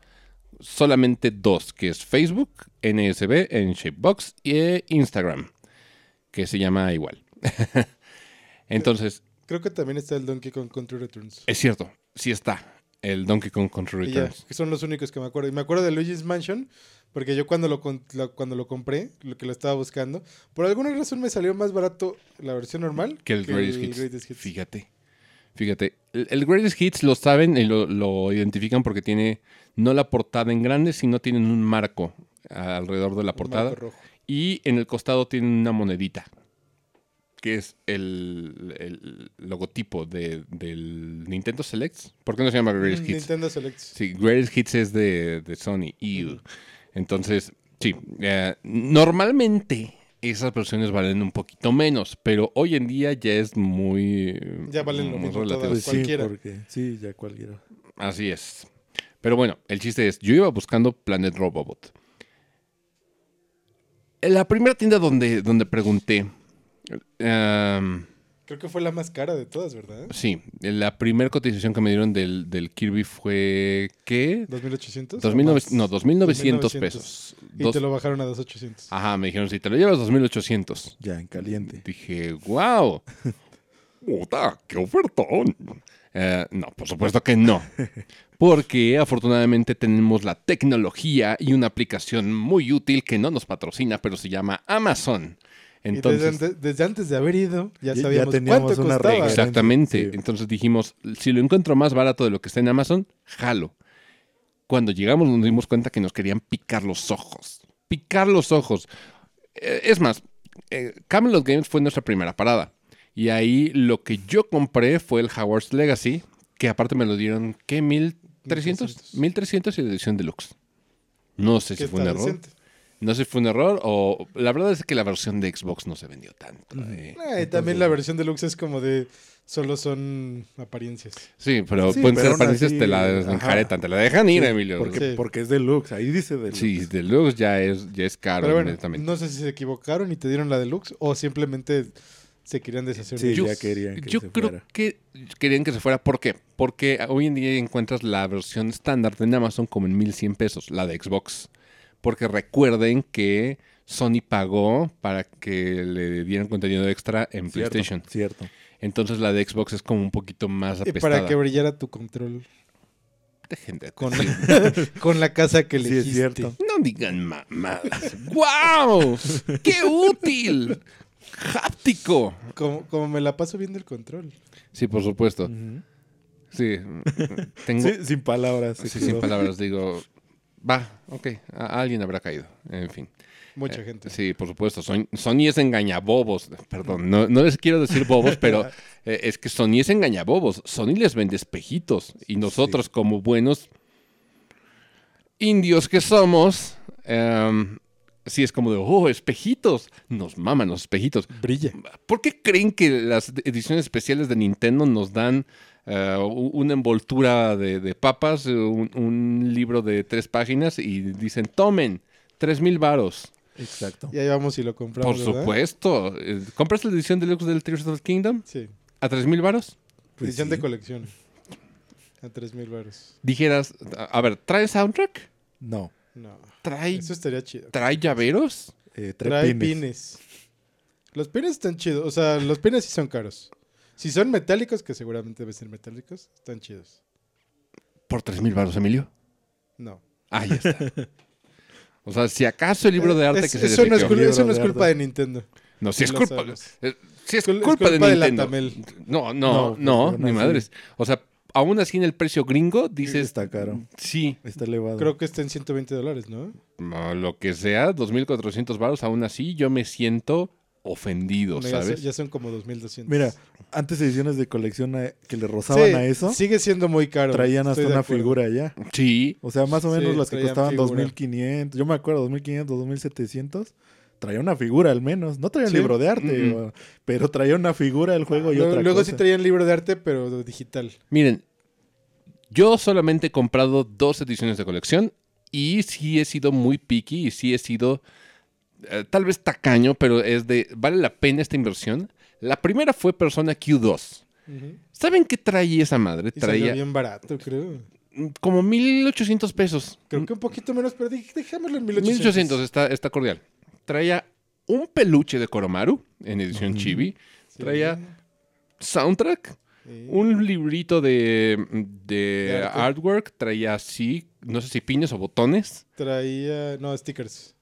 Speaker 1: solamente dos, que es Facebook, NSB, en Shapebox y eh, Instagram, que se llama igual. [laughs] Entonces,
Speaker 2: Creo que también está el Donkey Kong Country Returns.
Speaker 1: es cierto, sí está el Donkey Kong Country
Speaker 2: Y ya,
Speaker 1: Eh, Returns.
Speaker 2: que son los únicos que me acuerdo. Y me acuerdo de Luigi's Mansion Porque yo cuando lo, con- lo- cuando lo compré, lo que lo estaba buscando, por alguna razón me salió más barato la versión normal
Speaker 1: Que el Greatest Hits.
Speaker 2: Greatest Hits.
Speaker 1: Fíjate. Fíjate. El, el Greatest Hits lo saben y lo, lo identifican porque tiene no la portada en grande, sino tienen un marco alrededor de la
Speaker 2: Un
Speaker 1: portada.
Speaker 2: marco rojo.
Speaker 1: Y en el costado tienen una monedita. Que es el, el logotipo de- del Nintendo Selects. ¿Por qué no se llama Greatest Hits?
Speaker 2: Mm, Nintendo Select.
Speaker 1: Sí, Greatest Hits es de, de Sony. Y Entonces, sí. eh, normalmente esas versiones valen un poquito menos, pero hoy en día ya es muy. eh,
Speaker 2: Ya valen lo
Speaker 1: muy
Speaker 2: mismo todas.
Speaker 1: relativo.
Speaker 3: Pues sí,
Speaker 2: Cualquiera.
Speaker 3: porque sí, ya cualquiera.
Speaker 1: Así es. Pero bueno, el chiste es: yo iba buscando Planet Robobot. En la primera tienda donde, donde pregunté. ehm,
Speaker 2: Creo que fue la más cara de todas, ¿verdad?
Speaker 1: sí, la primera cotización que me dieron del, del Kirby fue. ¿Qué?
Speaker 2: 2800.
Speaker 1: Dos mil nove- no, 2.900
Speaker 2: 2,900.
Speaker 1: pesos.
Speaker 2: Y
Speaker 1: Dos- Ah,
Speaker 2: te lo bajaron a 2800.
Speaker 1: Ajá, me dijeron, si te lo llevas 2.800.
Speaker 3: Ya en caliente.
Speaker 1: Dije, wow. [laughs] Puta, qué ofertón. Eh, no, por supuesto que no. Porque afortunadamente tenemos la tecnología y una aplicación muy útil que no nos patrocina, pero se llama Amazon.
Speaker 2: y
Speaker 1: Entonces,
Speaker 2: desde, ante- desde antes de haber ido, ya
Speaker 3: Ya- ya
Speaker 2: sabíamos
Speaker 3: teníamos
Speaker 2: cuánto
Speaker 3: una
Speaker 2: costaba.
Speaker 3: regla.
Speaker 1: exactamente.
Speaker 3: Sí.
Speaker 1: Entonces dijimos, si lo encuentro más barato de lo que está en Amazon, jalo. Cuando llegamos nos dimos cuenta que nos querían picar los ojos. Picar los ojos. Eh, Es más, eh, Camelot Games fue nuestra primera parada. Y ahí lo que yo compré fue el Howard's Legacy, que aparte me lo dieron, ¿qué? ¿1300?
Speaker 2: 1300.
Speaker 1: 1300 y la edición deluxe. No sé
Speaker 2: que
Speaker 1: si fue un
Speaker 2: está
Speaker 1: error.
Speaker 2: decente.
Speaker 1: No sé si fue un error o la verdad es que la versión de Xbox no se vendió tanto. eh.
Speaker 2: Ah, y también la versión deluxe es como de solo son apariencias.
Speaker 1: Sí, pero
Speaker 3: Sí,
Speaker 1: pueden
Speaker 3: pero
Speaker 1: ser
Speaker 3: aún
Speaker 1: apariencias,
Speaker 3: así,
Speaker 1: te la
Speaker 3: ajá.
Speaker 1: enjaretan, te la dejan ir,
Speaker 3: Sí,
Speaker 1: Emilio.
Speaker 3: Porque, pues,
Speaker 2: Sí.
Speaker 3: porque es deluxe, ahí dice deluxe.
Speaker 1: Sí, de luego ya es, ya es caro,
Speaker 2: Pero bueno,
Speaker 1: honestamente.
Speaker 2: no sé si se equivocaron y te dieron la deluxe o simplemente se querían deshacer
Speaker 3: Sí,
Speaker 2: de
Speaker 3: ya querían que
Speaker 1: yo
Speaker 3: se
Speaker 1: creo
Speaker 3: fuera.
Speaker 1: que querían que se fuera. ¿Por qué? Porque hoy en día encuentras la versión estándar en Amazon como en 1100 pesos, la de Xbox. Porque recuerden que Sony pagó para que le dieran contenido extra en
Speaker 3: Cierto,
Speaker 1: PlayStation.
Speaker 3: Cierto.
Speaker 1: Entonces la de Xbox es como un poquito más
Speaker 2: Y
Speaker 1: apestada.
Speaker 2: para que brillara tu control
Speaker 1: Dejen de-
Speaker 2: con, [laughs] con la casa que
Speaker 3: Sí,
Speaker 2: elegiste.
Speaker 3: es cierto.
Speaker 1: No digan mamadas. [laughs] ¡Guau! ¡Qué útil! ¡Háptico!
Speaker 2: Como, como me la paso viendo el control.
Speaker 1: Sí, por supuesto.
Speaker 3: Ujú.
Speaker 1: [laughs] Sí. Tengo.
Speaker 3: Sí, sin palabras. se
Speaker 1: Sí,
Speaker 3: quedó.
Speaker 1: sin palabras, digo. Va, ok. A alguien habrá caído. En fin.
Speaker 2: Mucha
Speaker 1: Eh,
Speaker 2: gente.
Speaker 1: Sí, por supuesto. Son- Sony es engañabobos. Perdón, no, no les quiero decir bobos, pero eh, es que Sony es engañabobos. Sony les vende espejitos. Y nosotros, como buenos indios que somos, em, sí es como de, oh, espejitos. Nos maman los espejitos.
Speaker 2: Brilla.
Speaker 1: ¿Por qué creen que las ediciones especiales de Nintendo nos dan eh, u- una envoltura de, de papas, eh, un, un libro de tres páginas y dicen, tomen, tres mil varos?
Speaker 3: Exacto.
Speaker 2: Y ahí vamos y lo compramos.
Speaker 1: Por
Speaker 2: ¿verdad?
Speaker 1: supuesto. Eh, ¿Compras la edición deluxe del Tears of the Kingdom
Speaker 2: Sí.
Speaker 1: a tres mil varos?
Speaker 3: Pues
Speaker 2: Edición
Speaker 3: sí.
Speaker 2: de colección. A 3000 baros.
Speaker 1: Dijeras, a, a ver, ¿trae soundtrack?
Speaker 3: No.
Speaker 2: No.
Speaker 1: ¿Trae,
Speaker 2: Eso estaría chido.
Speaker 1: ¿trae llaveros?
Speaker 3: Eh, trae
Speaker 2: Trae pines.
Speaker 3: pines.
Speaker 2: Los pines están chidos. O sea, los pines sí son caros. Si son metálicos, que seguramente deben ser metálicos, están chidos.
Speaker 1: ¿Por tres mil varos, Emilio?
Speaker 2: No.
Speaker 1: Ahí está.
Speaker 2: [laughs]
Speaker 1: O sea, si acaso el libro de arte
Speaker 2: Es-
Speaker 1: que se
Speaker 2: eso, no es,
Speaker 1: desechó.
Speaker 2: cul-
Speaker 3: Libro
Speaker 2: eso no es
Speaker 3: de
Speaker 2: culpa de Nintendo.
Speaker 1: No, si es
Speaker 2: Lo
Speaker 1: culpa.
Speaker 2: sabemos.
Speaker 1: eh, Si es
Speaker 2: Cul- es
Speaker 1: culpa de
Speaker 2: culpa de la
Speaker 1: Nintendo.
Speaker 2: Tamel.
Speaker 1: No, no,
Speaker 3: No,
Speaker 1: no,
Speaker 3: pues,
Speaker 1: ni
Speaker 3: no,
Speaker 1: madres. O sea, aún así en el precio gringo dices,
Speaker 3: Está caro.
Speaker 1: sí,
Speaker 3: Está elevado.
Speaker 2: Creo que está en 120 dólares, ¿no?
Speaker 1: no, lo que sea, 2.400 baros, aún así yo me siento ofendido,
Speaker 2: No, ya, son-
Speaker 1: ¿sabes?
Speaker 2: ya son como 2200.
Speaker 3: Mira, antes ediciones de colección a- que le rozaban
Speaker 2: Sí,
Speaker 3: a eso,
Speaker 2: Sigue siendo muy caro.
Speaker 3: traían hasta
Speaker 2: estoy de
Speaker 3: una
Speaker 2: acuerdo.
Speaker 3: figura ya.
Speaker 1: Sí,
Speaker 3: O sea, más o menos
Speaker 2: Sí,
Speaker 3: las que
Speaker 2: traían
Speaker 3: costaban
Speaker 2: figura.
Speaker 3: 2500, yo me acuerdo, 2500, 2700. Traía una figura al menos, no traía un
Speaker 2: Sí.
Speaker 3: libro de arte,
Speaker 1: Mm-mm.
Speaker 3: o- pero traía una figura del juego y
Speaker 2: Luego,
Speaker 3: otra
Speaker 2: luego
Speaker 3: cosa.
Speaker 2: sí traían libro de arte, pero digital.
Speaker 1: miren, yo solamente he comprado dos ediciones de colección y sí he sido muy picky y sí he sido eh, tal vez tacaño, pero es de, ¿vale la pena esta inversión? La primera fue Persona Q2. ¿Saben qué traía esa madre?
Speaker 2: Y salió
Speaker 1: Traía
Speaker 2: bien barato, creo.
Speaker 1: mm, como 1800 pesos.
Speaker 2: Creo que un poquito menos, pero dej- dejémoslo en 1800.
Speaker 1: 1800 está, está cordial. Traía un peluche de Koromaru en edición chibi.
Speaker 2: Sí.
Speaker 1: Traía soundtrack.
Speaker 2: Sí.
Speaker 1: Un librito de, de
Speaker 2: De arte.
Speaker 1: artwork traía así, no sé si pines o botones.
Speaker 2: Traía. No, stickers.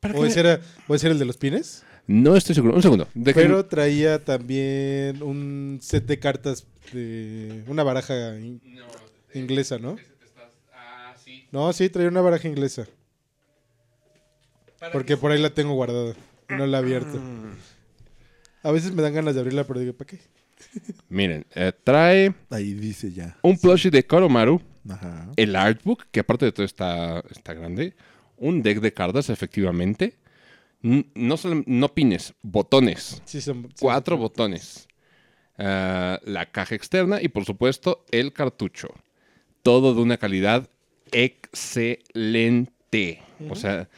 Speaker 1: ¿Para
Speaker 2: ¿O
Speaker 1: qué?
Speaker 2: ese, era, ¿O ese era el de los pines?
Speaker 1: No estoy seguro. Un segundo. Déjenme-
Speaker 2: Pero traía también un set de cartas de una baraja in- inglesa, ¿no? No, sí, traía una baraja inglesa. Porque por ahí la tengo guardada. y No la he abierto. A veces me dan ganas de abrirla, pero digo, ¿para qué?
Speaker 1: Miren, eh, trae
Speaker 3: Ahí dice ya.
Speaker 1: un plushie de Koromaru,
Speaker 3: Ajá.
Speaker 1: el artbook, que aparte de todo está, está grande, un deck de cartas, efectivamente. N- No, solam- no pines, botones.
Speaker 2: Sí, son, sí,
Speaker 1: Cuatro botones. Ah, la caja externa y, por supuesto, el cartucho. Todo de una calidad excelente. O sea,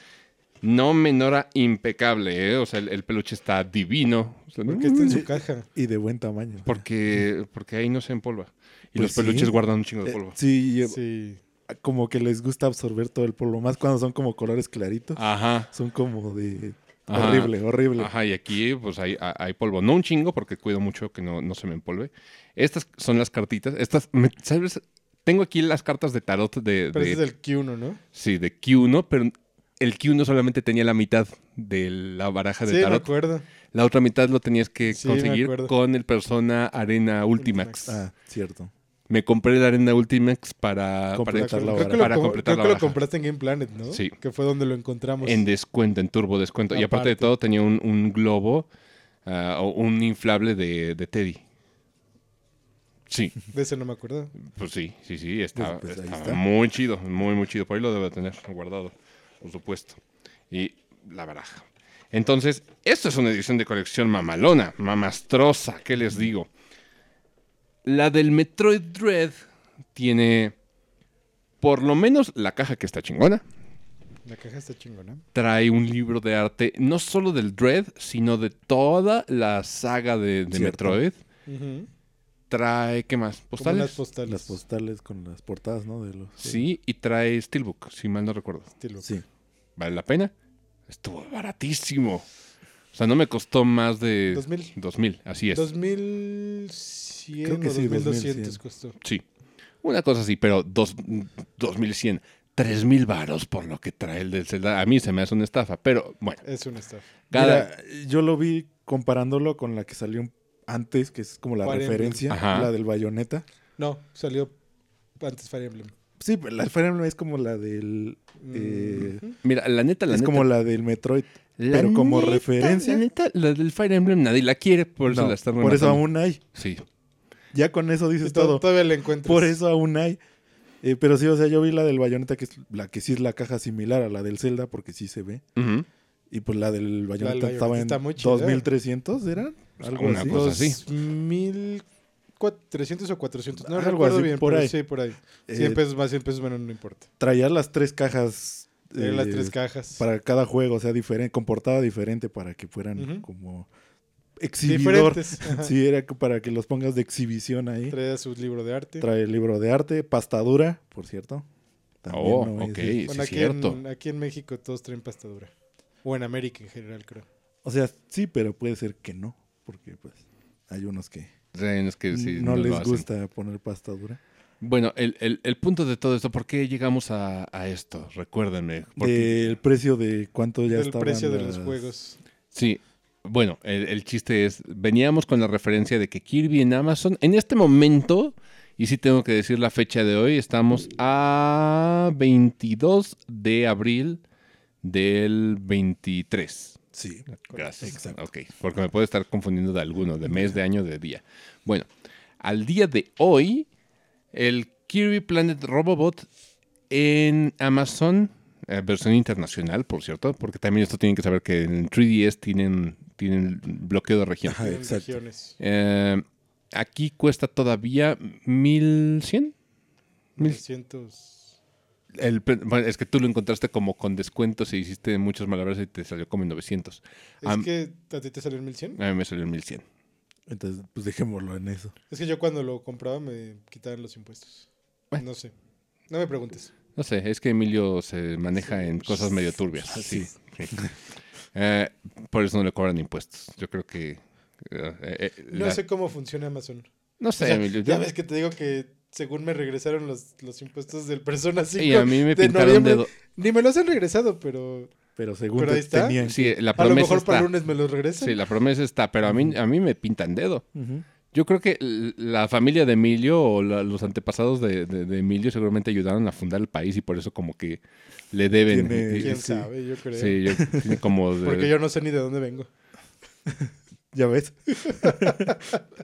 Speaker 1: no menor a impecable. ¿eh? O sea, el, el peluche está divino. O sea,
Speaker 2: Porque está en su caja.
Speaker 3: Y de buen tamaño.
Speaker 1: Porque, porque ahí no se empolva. Y
Speaker 3: Pues
Speaker 1: los peluches
Speaker 3: sí.
Speaker 1: guardan un chingo de
Speaker 3: Eh,
Speaker 1: polvo.
Speaker 3: sí, yo-
Speaker 2: Sí.
Speaker 3: como que les gusta absorber todo el polvo. Más cuando son como colores claritos.
Speaker 1: Ajá.
Speaker 3: Son como
Speaker 1: Ah.
Speaker 3: de...
Speaker 1: Ajá.
Speaker 3: Horrible, horrible.
Speaker 1: Ajá, y aquí pues hay, a- hay polvo. No un chingo, porque cuido mucho que no, no se me empolve. Estas son las cartitas. Estas, me- ¿sabes? Tengo aquí las cartas de tarot de,
Speaker 2: Pero
Speaker 1: de-
Speaker 2: ese es el Q1, ¿no?
Speaker 1: sí, de Q1, pero el Q1 solamente tenía la mitad de la baraja de
Speaker 2: Sí, me
Speaker 1: tarot.
Speaker 2: acuerdo.
Speaker 1: La otra mitad lo tenías que
Speaker 2: Sí, me
Speaker 1: conseguir
Speaker 2: acuerdo.
Speaker 1: con el Persona Arena Ultimax.
Speaker 3: Ah, cierto.
Speaker 1: Me compré la Arena Ultimax para, para,
Speaker 3: Completar
Speaker 2: Creo
Speaker 3: la
Speaker 2: creo que,
Speaker 3: baraja.
Speaker 2: lo,
Speaker 1: para
Speaker 2: com-
Speaker 1: completar
Speaker 2: creo
Speaker 1: la
Speaker 2: que lo
Speaker 1: baraja.
Speaker 2: compraste en Game Planet, ¿no?
Speaker 1: Sí.
Speaker 2: Que fue donde lo encontramos.
Speaker 3: Pues,
Speaker 1: En descuento, en turbo descuento. Y aparte de
Speaker 2: Aparte.
Speaker 1: todo, tenía un, un globo ah, o un inflable de, de Teddy. Sí,
Speaker 2: De ese no me acuerdo.
Speaker 1: pues sí, sí, sí. Está,
Speaker 3: Pues, pues, ahí
Speaker 1: está
Speaker 3: está.
Speaker 1: muy chido, muy, muy chido. Por ahí lo debo tener guardado, por supuesto. Y la baraja. Entonces, esto es una edición de colección mamalona, mamastrosa, ¿qué les digo? La del Metroid Dread tiene por lo menos la caja que está chingona.
Speaker 2: La caja está chingona.
Speaker 1: trae un libro de arte, no solo del Dread, sino de toda la saga de, de
Speaker 3: Cierto.
Speaker 1: Metroid.
Speaker 2: Ujú.
Speaker 1: Trae, ¿qué más?
Speaker 2: Como
Speaker 1: ¿Postales?
Speaker 2: unas postales.
Speaker 3: Las postales con las portadas, ¿no? De los...
Speaker 1: sí, y trae Steelbook, si mal no recuerdo.
Speaker 2: Estilo.
Speaker 3: Sí.
Speaker 1: ¿Vale la pena? Estuvo baratísimo. O sea, no me costó más de...
Speaker 2: 2000.
Speaker 1: 2000, así es.
Speaker 2: 2100
Speaker 3: Creo que
Speaker 2: o
Speaker 3: sí,
Speaker 2: 2200 costó.
Speaker 1: Sí. Una cosa así, pero dos, 2100, 3000 varos por lo que trae el del Zelda. A mí se me hace una estafa, pero bueno.
Speaker 2: Es una estafa.
Speaker 1: Cada,
Speaker 3: Mira, yo lo vi comparándolo con la que salió antes, que es como la
Speaker 2: Fire Emblem.
Speaker 3: referencia,
Speaker 1: Ajá.
Speaker 3: la del bayoneta.
Speaker 2: No, salió antes Fire Emblem.
Speaker 3: Sí, pero la Fire Emblem es como la del... eh,
Speaker 2: Ujú.
Speaker 1: mira, la neta, la
Speaker 3: es
Speaker 1: neta.
Speaker 3: como la del Metroid.
Speaker 1: La
Speaker 3: pero como
Speaker 1: neta,
Speaker 3: referencia.
Speaker 1: La neta, la del Fire Emblem nadie la quiere, por eso
Speaker 3: No,
Speaker 1: la están
Speaker 3: por eso
Speaker 1: rematando.
Speaker 3: aún hay.
Speaker 1: Sí.
Speaker 3: Ya con eso dices
Speaker 2: Y to-
Speaker 3: todo.
Speaker 2: Todavía la encuentras.
Speaker 3: Por eso aún hay. Eh, pero sí, o sea, yo vi la del bayoneta, que es la que sí es la caja similar a la del Zelda, porque sí se ve.
Speaker 1: Ujú.
Speaker 3: Y pues la del bayoneta
Speaker 2: Bayonetta
Speaker 3: estaba en
Speaker 2: está muy chida.
Speaker 3: 2300, ¿eran? Algo
Speaker 1: una
Speaker 3: así.
Speaker 1: cosa. Pues así.
Speaker 2: 2300 o 400. No
Speaker 3: Algo
Speaker 2: recuerdo
Speaker 3: así,
Speaker 2: bien.
Speaker 3: por
Speaker 2: pero
Speaker 3: ahí.
Speaker 2: Sí, por ahí.
Speaker 3: Eh,
Speaker 2: 100 pesos más, 100 pesos menos, no importa.
Speaker 3: Traía las tres cajas.
Speaker 2: Tenía las
Speaker 3: eh,
Speaker 2: tres cajas.
Speaker 3: para cada juego, o sea, diferente, con portada diferente para que fueran
Speaker 2: Ujú.
Speaker 3: como exhibidor.
Speaker 2: Diferentes. [laughs] Ajá.
Speaker 3: Sí, era que para que los pongas de exhibición ahí.
Speaker 2: Traía su libro de arte.
Speaker 3: Trae el libro de arte, pastadura, por cierto.
Speaker 1: Oh,
Speaker 3: no es-
Speaker 1: ok, sí,
Speaker 2: Bueno,
Speaker 1: es
Speaker 2: aquí,
Speaker 1: cierto.
Speaker 2: en, aquí en México todos traen pastadura. O en América en general, creo.
Speaker 3: O sea, sí, pero puede ser que no, porque pues hay unos que
Speaker 1: Sí, no es que sí,
Speaker 3: no,
Speaker 1: no lo
Speaker 3: les
Speaker 1: hacen.
Speaker 3: gusta poner pastadura.
Speaker 1: Bueno, el, el- el punto de todo esto, ¿por qué llegamos a, a esto? Recuérdenme. porque-
Speaker 3: Del precio de cuánto ya
Speaker 2: El
Speaker 3: estaban
Speaker 2: precio de
Speaker 3: las-
Speaker 2: los juegos.
Speaker 1: Sí. Bueno, el, el chiste es, veníamos con la referencia de que Kirby en Amazon, en este momento, y sí tengo que decir la fecha de hoy, estamos a 22 de abril del 23.
Speaker 3: Sí,
Speaker 1: Gracias.
Speaker 3: Exacto.
Speaker 1: Ok, porque me puedo estar confundiendo de alguno, de mes, de año, de día. Bueno, al día de hoy, el Kirby Planet Robobot en Amazon, eh, versión internacional, por cierto, porque también esto tienen que saber que en 3DS tienen, tienen bloqueo de región.
Speaker 3: Ajá,
Speaker 2: en
Speaker 3: exacto.
Speaker 2: regiones.
Speaker 1: Eh, aquí cuesta todavía 1100. Mil-
Speaker 2: 300.
Speaker 1: El pre- bueno, es que tú lo encontraste como con descuentos y hiciste muchos malabares y te salió como en 900.
Speaker 2: Es
Speaker 1: Am- Ah.
Speaker 2: que a ti te salió en 1100.
Speaker 1: A mí me salió en 1100.
Speaker 3: Entonces, pues dejémoslo en eso.
Speaker 2: Es que yo cuando lo compraba me quitaban los impuestos.
Speaker 1: Bueno.
Speaker 2: No sé. No me preguntes.
Speaker 1: No sé, es que Emilio se maneja en cosas medio turbias. Sí. sí. Eh, por eso no le cobran impuestos. Yo creo que. eh, eh,
Speaker 2: No
Speaker 1: la-
Speaker 2: sé cómo funciona Amazon.
Speaker 1: No
Speaker 2: O
Speaker 1: sé,
Speaker 2: sea,
Speaker 1: Emilio,
Speaker 2: ya
Speaker 1: yo-
Speaker 2: ves que te digo que según me regresaron los, los impuestos del Persona 5.
Speaker 1: y a mí me
Speaker 2: de
Speaker 1: pintaron
Speaker 2: noviembre.
Speaker 1: dedo.
Speaker 2: Ni me los han regresado, pero
Speaker 3: Pero según
Speaker 2: Pero
Speaker 3: te-
Speaker 2: ahí está.
Speaker 3: tenían.
Speaker 1: Sí, eh. la
Speaker 2: a lo
Speaker 1: promesa
Speaker 2: mejor para
Speaker 1: está.
Speaker 2: el lunes me los regresan.
Speaker 1: Sí, la promesa está, pero a mí, a mí me pintan dedo.
Speaker 3: Ujú.
Speaker 1: Yo creo que l- la familia de Emilio o la- los antepasados de, de- de Emilio seguramente ayudaron a fundar el país y por eso como que le deben.
Speaker 3: Tiene-
Speaker 1: Y-
Speaker 2: Quién
Speaker 3: sí.
Speaker 2: sabe, yo creo.
Speaker 1: Sí, yo- tiene como de-
Speaker 2: [laughs] Porque yo no sé ni de dónde vengo.
Speaker 3: Ya ves.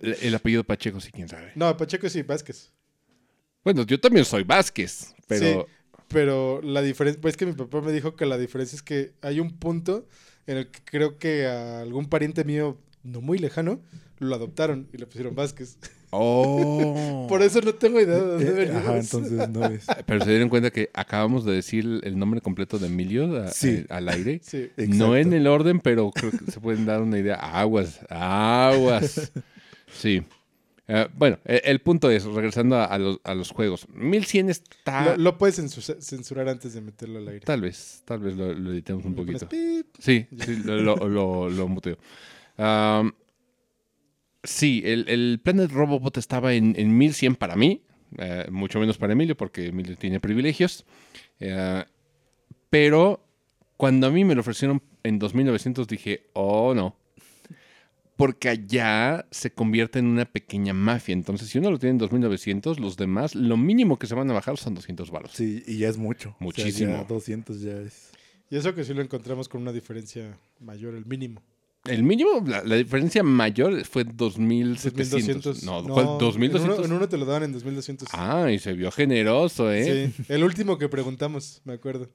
Speaker 1: el, el apellido Pacheco, sí, quién sabe.
Speaker 2: No, Pacheco sí, Vázquez.
Speaker 1: Bueno, yo también soy Vázquez, pero
Speaker 2: Pero la diferencia, pues que mi papá me dijo que la diferencia es que hay un punto en el que creo que a algún pariente mío, no muy lejano, lo adoptaron y le pusieron Vázquez.
Speaker 3: [laughs]
Speaker 1: oh.
Speaker 2: [laughs] Por eso no tengo idea de dónde
Speaker 3: Eh,
Speaker 2: venimos. [laughs]
Speaker 3: Ajá, entonces no ves.
Speaker 1: pero se dieron cuenta que acabamos de decir el nombre completo de Emilio a-
Speaker 3: Sí.
Speaker 1: a- al aire.
Speaker 2: Sí.
Speaker 1: No en
Speaker 3: Exacto.
Speaker 1: el orden, pero creo que se pueden dar una idea. Aguas, aguas. Sí. Eh, bueno, e- el, punto es, regresando a, a los, a los juegos, 1100 está...
Speaker 2: Lo, lo puedes censu- censurar antes de meterlo al aire.
Speaker 1: Tal vez, tal vez lo, lo editemos un
Speaker 2: Le pones
Speaker 1: poquito.
Speaker 2: pip.
Speaker 1: Sí, sí, lo, lo- lo- lo muteo. Am, sí, el, el Planet Robobot estaba en, en 1100 para mí, eh, mucho menos para Emilio, porque Emilio tiene privilegios. Eh, pero cuando a mí me lo ofrecieron en 2900 dije, oh no. Porque allá se convierte en una pequeña mafia. Entonces, si uno lo tiene en 2900, los demás, lo mínimo que se van a bajar son 200 baros.
Speaker 3: Sí, y ya es mucho. O sea, ya
Speaker 1: Muchísimo.
Speaker 3: 200 ya es.
Speaker 2: Y eso que sí lo encontramos con una diferencia mayor, el mínimo.
Speaker 1: El mínimo, la, la diferencia mayor fue 2.700.
Speaker 2: 2200.
Speaker 1: No, fue
Speaker 2: En uno,
Speaker 1: 2.200.
Speaker 2: en uno te lo daban en 2200.
Speaker 1: Ah, y se vio generoso, ¿eh?
Speaker 2: Sí, el último que preguntamos, me acuerdo.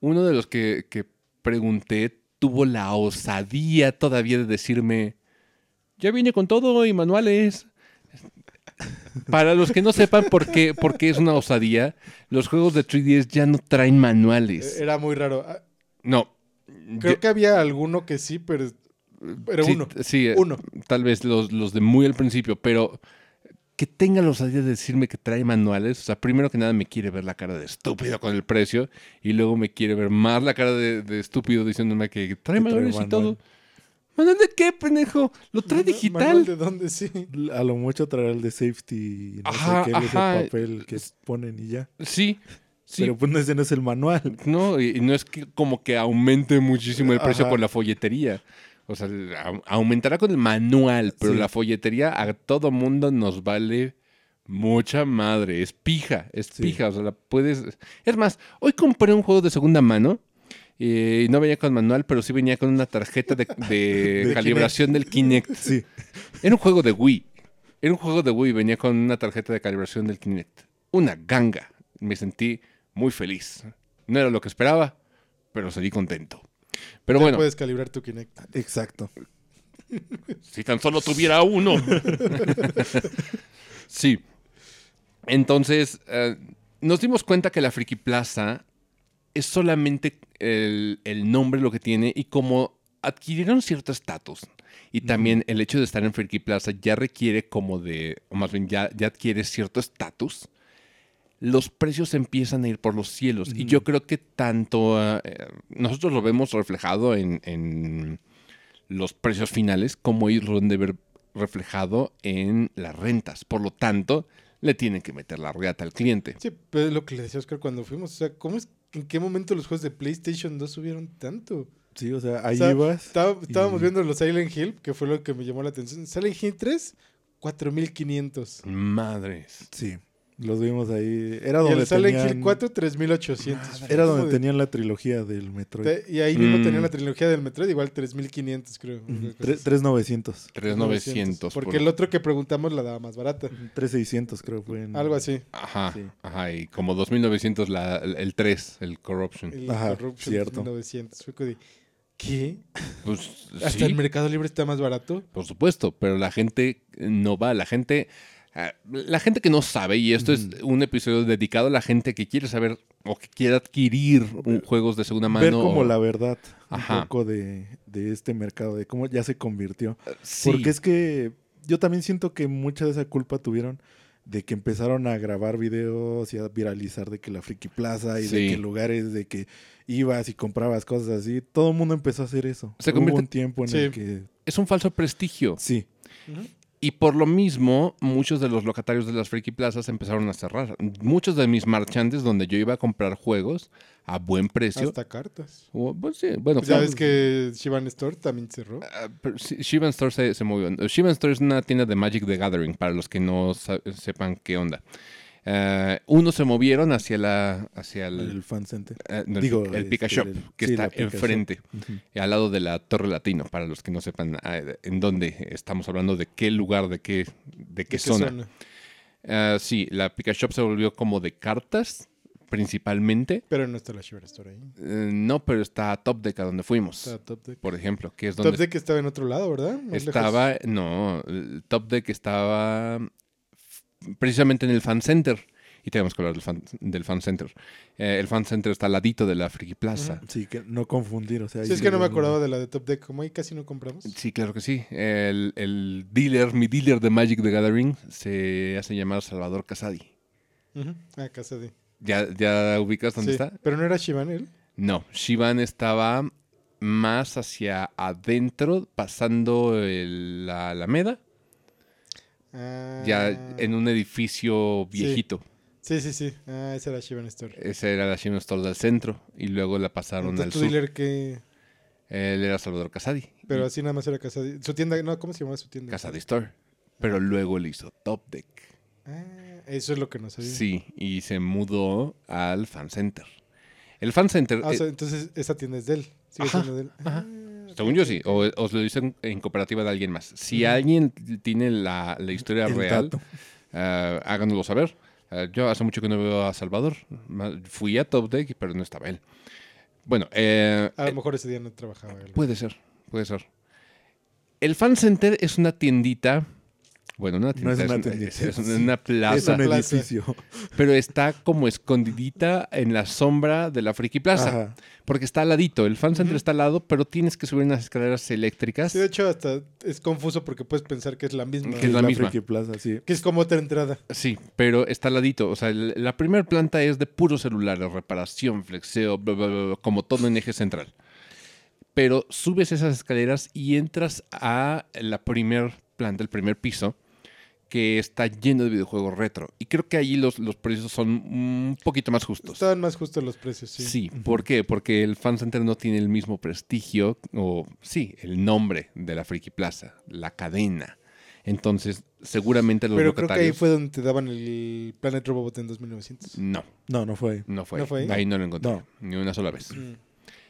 Speaker 1: Uno de los que, que pregunté tuvo la osadía todavía de decirme, ya viene con todo y manuales. [laughs] Para los que no sepan por qué, por qué es una osadía, los juegos de 3DS ya no traen manuales.
Speaker 2: Era muy raro. Ah,
Speaker 1: No.
Speaker 2: Creo
Speaker 1: Yo-
Speaker 2: que había alguno que sí, pero, eh, pero
Speaker 1: sí,
Speaker 2: uno.
Speaker 1: Sí, eh,
Speaker 2: Uno.
Speaker 1: tal vez los, los de muy al principio, pero que tenga los osadía de decirme que trae manuales, o sea, primero que nada me quiere ver la cara de estúpido con el precio y luego me quiere ver más la cara de, de estúpido diciéndome que trae
Speaker 3: trae
Speaker 1: manuales y
Speaker 3: manual.
Speaker 1: todo. ¿Manual de qué, pendejo? Lo trae
Speaker 2: Manual- manual
Speaker 1: digital.
Speaker 2: ¿De dónde sí?
Speaker 3: A lo mucho traer el de safety y no
Speaker 1: Ajá,
Speaker 3: sé qué, el de
Speaker 1: ajá.
Speaker 3: papel que ponen y ya.
Speaker 1: Sí, sí.
Speaker 3: Pero pues no, ese no es el
Speaker 2: [laughs]
Speaker 3: manual.
Speaker 1: [laughs] No, y y no es que como que aumente muchísimo el precio
Speaker 3: Ajá.
Speaker 1: por la folletería. O sea, el- au- aumentará con el manual, pero
Speaker 3: Sí.
Speaker 1: la folletería a todo mundo nos vale mucha madre. Es pija, es
Speaker 3: Sí.
Speaker 1: pija. O sea, la puedes. Es más, hoy compré un juego de segunda mano. eh, Y no venía con manual, pero sí venía con una tarjeta de, de
Speaker 3: [laughs] De
Speaker 1: calibración del Kinect.
Speaker 3: Sí.
Speaker 1: Era un juego de Wii. Era un juego de Wii. Venía con una tarjeta de calibración del Kinect. Una ganga. Me sentí muy feliz. No era lo que esperaba, pero salí contento. Pero bueno,
Speaker 2: Puedes calibrar tu Kinect.
Speaker 3: Exacto.
Speaker 1: si tan solo tuviera uno. [laughs] sí. Entonces, eh, nos dimos cuenta que la Friki Plaza es solamente el, el nombre lo que tiene y como adquirieron cierto estatus y también el hecho de estar en Friki Plaza ya requiere como de, o más bien ya, ya adquiere cierto estatus, los precios empiezan a ir por los cielos y yo creo que tanto eh, nosotros lo vemos reflejado en, en los precios finales como ellos lo han de ver reflejado en las rentas. Por lo tanto, le tienen que meter la regata al cliente.
Speaker 2: Sí, pero es lo que le decía Oscar cuando fuimos. O sea, ¿cómo es, ¿en qué momento los juegos de PlayStation 2 subieron tanto?
Speaker 3: Sí, o sea, ahí
Speaker 2: O sea,
Speaker 3: ibas.
Speaker 2: Estaba- estábamos
Speaker 3: Y-
Speaker 2: viendo los Silent Hill, que fue lo que me llamó la atención. Silent Hill 3, 4500.
Speaker 1: Madres.
Speaker 3: Sí. Los vimos ahí. Era
Speaker 2: Y
Speaker 3: donde
Speaker 2: el Silent
Speaker 3: tenían-
Speaker 2: Hill 4, 3800. Fue
Speaker 3: Era
Speaker 2: como de-
Speaker 3: donde tenían la trilogía del Metroid.
Speaker 2: te- y ahí mismo
Speaker 1: Mm.
Speaker 2: tenían la trilogía del Metroid, igual 3500, creo.
Speaker 3: Ujú.
Speaker 2: Cosas
Speaker 3: Tre-
Speaker 2: así.
Speaker 3: 3900.
Speaker 1: 3,900.
Speaker 2: Porque
Speaker 1: por-
Speaker 2: el otro que preguntamos la daba más barata.
Speaker 3: 3600 creo fue en...
Speaker 2: Algo así.
Speaker 1: Ajá,
Speaker 3: Sí.
Speaker 1: ajá, y como 2900 la, el, 3, el Corruption.
Speaker 2: El
Speaker 3: Ajá,
Speaker 2: Corruption
Speaker 3: cierto.
Speaker 2: 1900. Fue como de, ¿Qué?
Speaker 1: Pues
Speaker 2: ¿Hasta
Speaker 1: sí,
Speaker 2: el Mercado Libre está más barato?
Speaker 1: por supuesto, pero la gente no va, la gente... ah, La gente que no sabe, y esto es un episodio dedicado a la gente que quiere saber o que quiere adquirir un- juegos de segunda mano.
Speaker 3: Ver como
Speaker 1: o-
Speaker 3: la verdad
Speaker 1: Ajá.
Speaker 3: un poco de, de este mercado, de cómo ya se convirtió.
Speaker 1: Sí,
Speaker 3: Porque es que yo también siento que mucha de esa culpa tuvieron de que empezaron a grabar videos y a viralizar de que la Friki Plaza y
Speaker 1: Sí.
Speaker 3: de que lugares de que ibas y comprabas cosas así. Todo el mundo empezó a hacer eso.
Speaker 1: Se
Speaker 3: Hubo
Speaker 1: convierte-
Speaker 3: un tiempo en
Speaker 2: Sí.
Speaker 3: el que...
Speaker 1: es un falso prestigio.
Speaker 3: Sí,
Speaker 1: Y por lo mismo, muchos de los locatarios de las Friki Plazas empezaron a cerrar. Muchos de mis marchantes donde yo iba a comprar juegos a buen precio.
Speaker 2: Hasta cartas.
Speaker 1: o- pues sí, bueno,
Speaker 2: ya ves que Shivan Store también cerró.
Speaker 1: Ah, pero sí, Shivan Store se, se movió. Eh, Shivan Store es una tienda de Magic the Gathering, para los que no sa- sepan qué onda. Eh, unos se movieron hacia la hacia el,
Speaker 3: El fan center.
Speaker 1: eh, no, el-
Speaker 3: digo,
Speaker 1: el,
Speaker 3: este,
Speaker 1: Pika Shop,
Speaker 3: el-
Speaker 1: que
Speaker 3: sí,
Speaker 1: está
Speaker 3: la Pika Shop.
Speaker 1: enfrente, al lado de la Torre Latino, para los que no sepan ah, en dónde estamos hablando, de qué lugar, de qué, de qué
Speaker 2: ¿De qué
Speaker 1: zona. Ah, sí, la Pika Shop se volvió como de cartas, principalmente.
Speaker 2: Pero no está la Shivan Store ahí.
Speaker 1: Eh, no, pero está a Top Deck, a donde fuimos,
Speaker 2: Está Top Deck.
Speaker 1: por ejemplo, que es donde
Speaker 2: Top Deck estaba en otro lado, ¿verdad? Más lejos.
Speaker 1: Estaba, no, el Top Deck estaba f- precisamente en el Fan Center. Y tenemos que hablar del Fan, del fan Center. Eh, el Fan Center está al ladito de la Friki Plaza.
Speaker 3: Sí, que no confundir. O sea, ahí
Speaker 2: Sí, es que no me
Speaker 3: es donde-
Speaker 2: acordaba de la de Top Deck. Como ahí casi no compramos.
Speaker 1: Sí, claro que sí. El, el dealer, mi dealer de Magic the Gathering, se hace llamar Salvador Casadi.
Speaker 2: Ujú. Ah, casa de.
Speaker 1: ¿Ya, ya ubicas dónde
Speaker 2: Sí,
Speaker 1: está?
Speaker 2: Pero no era Shivan él.
Speaker 1: No, Shivan estaba más hacia adentro, pasando el- la Alameda,
Speaker 2: Ah,
Speaker 1: ya en un edificio
Speaker 2: Sí.
Speaker 1: viejito.
Speaker 2: Sí, sí, sí. Ah, esa era Shivan Store.
Speaker 1: Esa era la Shimon Store del centro y luego la pasaron
Speaker 2: Entonces
Speaker 1: al
Speaker 2: tu
Speaker 1: sur.
Speaker 2: dealer que...
Speaker 1: Él era Salvador Casadi.
Speaker 2: Pero así nada más era casa de... Su tienda... No, ¿cómo se llamaba su tienda?
Speaker 1: Casadi Store. Pero luego le hizo Top Deck.
Speaker 2: Ah, eso es lo que no sabía.
Speaker 1: Sí, y se mudó al Fan Center. El Fan Center,
Speaker 2: Ah, o
Speaker 1: eh,
Speaker 2: sea, entonces esa tienda es de él. Sigue
Speaker 1: Ajá,
Speaker 2: siendo de él.
Speaker 1: ajá.
Speaker 2: Ah,
Speaker 1: según yo sí, o os lo dicen en cooperativa de alguien más. Si alguien tiene la, la historia
Speaker 3: El
Speaker 1: real,
Speaker 3: dato.
Speaker 1: ah, háganoslo saber. Ah, yo hace mucho que no veo a Salvador. Ma- Fui a Top Deck, pero no estaba él. Bueno, eh,
Speaker 2: Ah,
Speaker 1: pues,
Speaker 2: a lo mejor ese día no trabajaba él.
Speaker 1: Puede ser, puede ser. El Fan Center es una tiendita. Bueno, no, una
Speaker 3: No es
Speaker 1: tiendita, es,
Speaker 3: una
Speaker 1: una,
Speaker 3: tiendita,
Speaker 1: es una-
Speaker 3: sí.
Speaker 1: una plaza,
Speaker 3: Es un
Speaker 2: plaza.
Speaker 3: edificio.
Speaker 1: pero está como escondidita en la sombra de la Friki Plaza,
Speaker 3: Ajá.
Speaker 1: porque está al ladito. El Fan Center está al lado, pero tienes que subir unas escaleras eléctricas.
Speaker 2: Sí, de hecho hasta es confuso porque puedes pensar que es la misma.
Speaker 1: Que es la misma.
Speaker 3: Friki Plaza, sí.
Speaker 2: Que es como otra entrada.
Speaker 1: Sí, pero está al ladito. O sea, el- la primera planta es de puro celular, reparación, flexeo, bla, bla, bla, bla, como todo en eje central. Pero subes esas escaleras y entras a la primera planta, el primer piso, que está lleno de videojuegos retro. Y creo que allí los, los precios son un poquito más justos.
Speaker 2: Estaban más justos los precios, sí.
Speaker 1: Pues, Sí. ¿por qué? Porque el Fan Center no tiene el mismo prestigio, o sí, el nombre de la Friki Plaza, la cadena. Entonces, seguramente los
Speaker 2: Pero creo que ahí
Speaker 1: locatarios...
Speaker 2: fue donde te daban el Planet Robobot en 2900.
Speaker 1: No.
Speaker 3: No, no fue ahí.
Speaker 1: No fue.
Speaker 2: ¿No
Speaker 1: ahí.
Speaker 2: fue ahí?
Speaker 1: ahí no lo encontré.
Speaker 3: No.
Speaker 1: Ni una sola vez.
Speaker 2: Mm.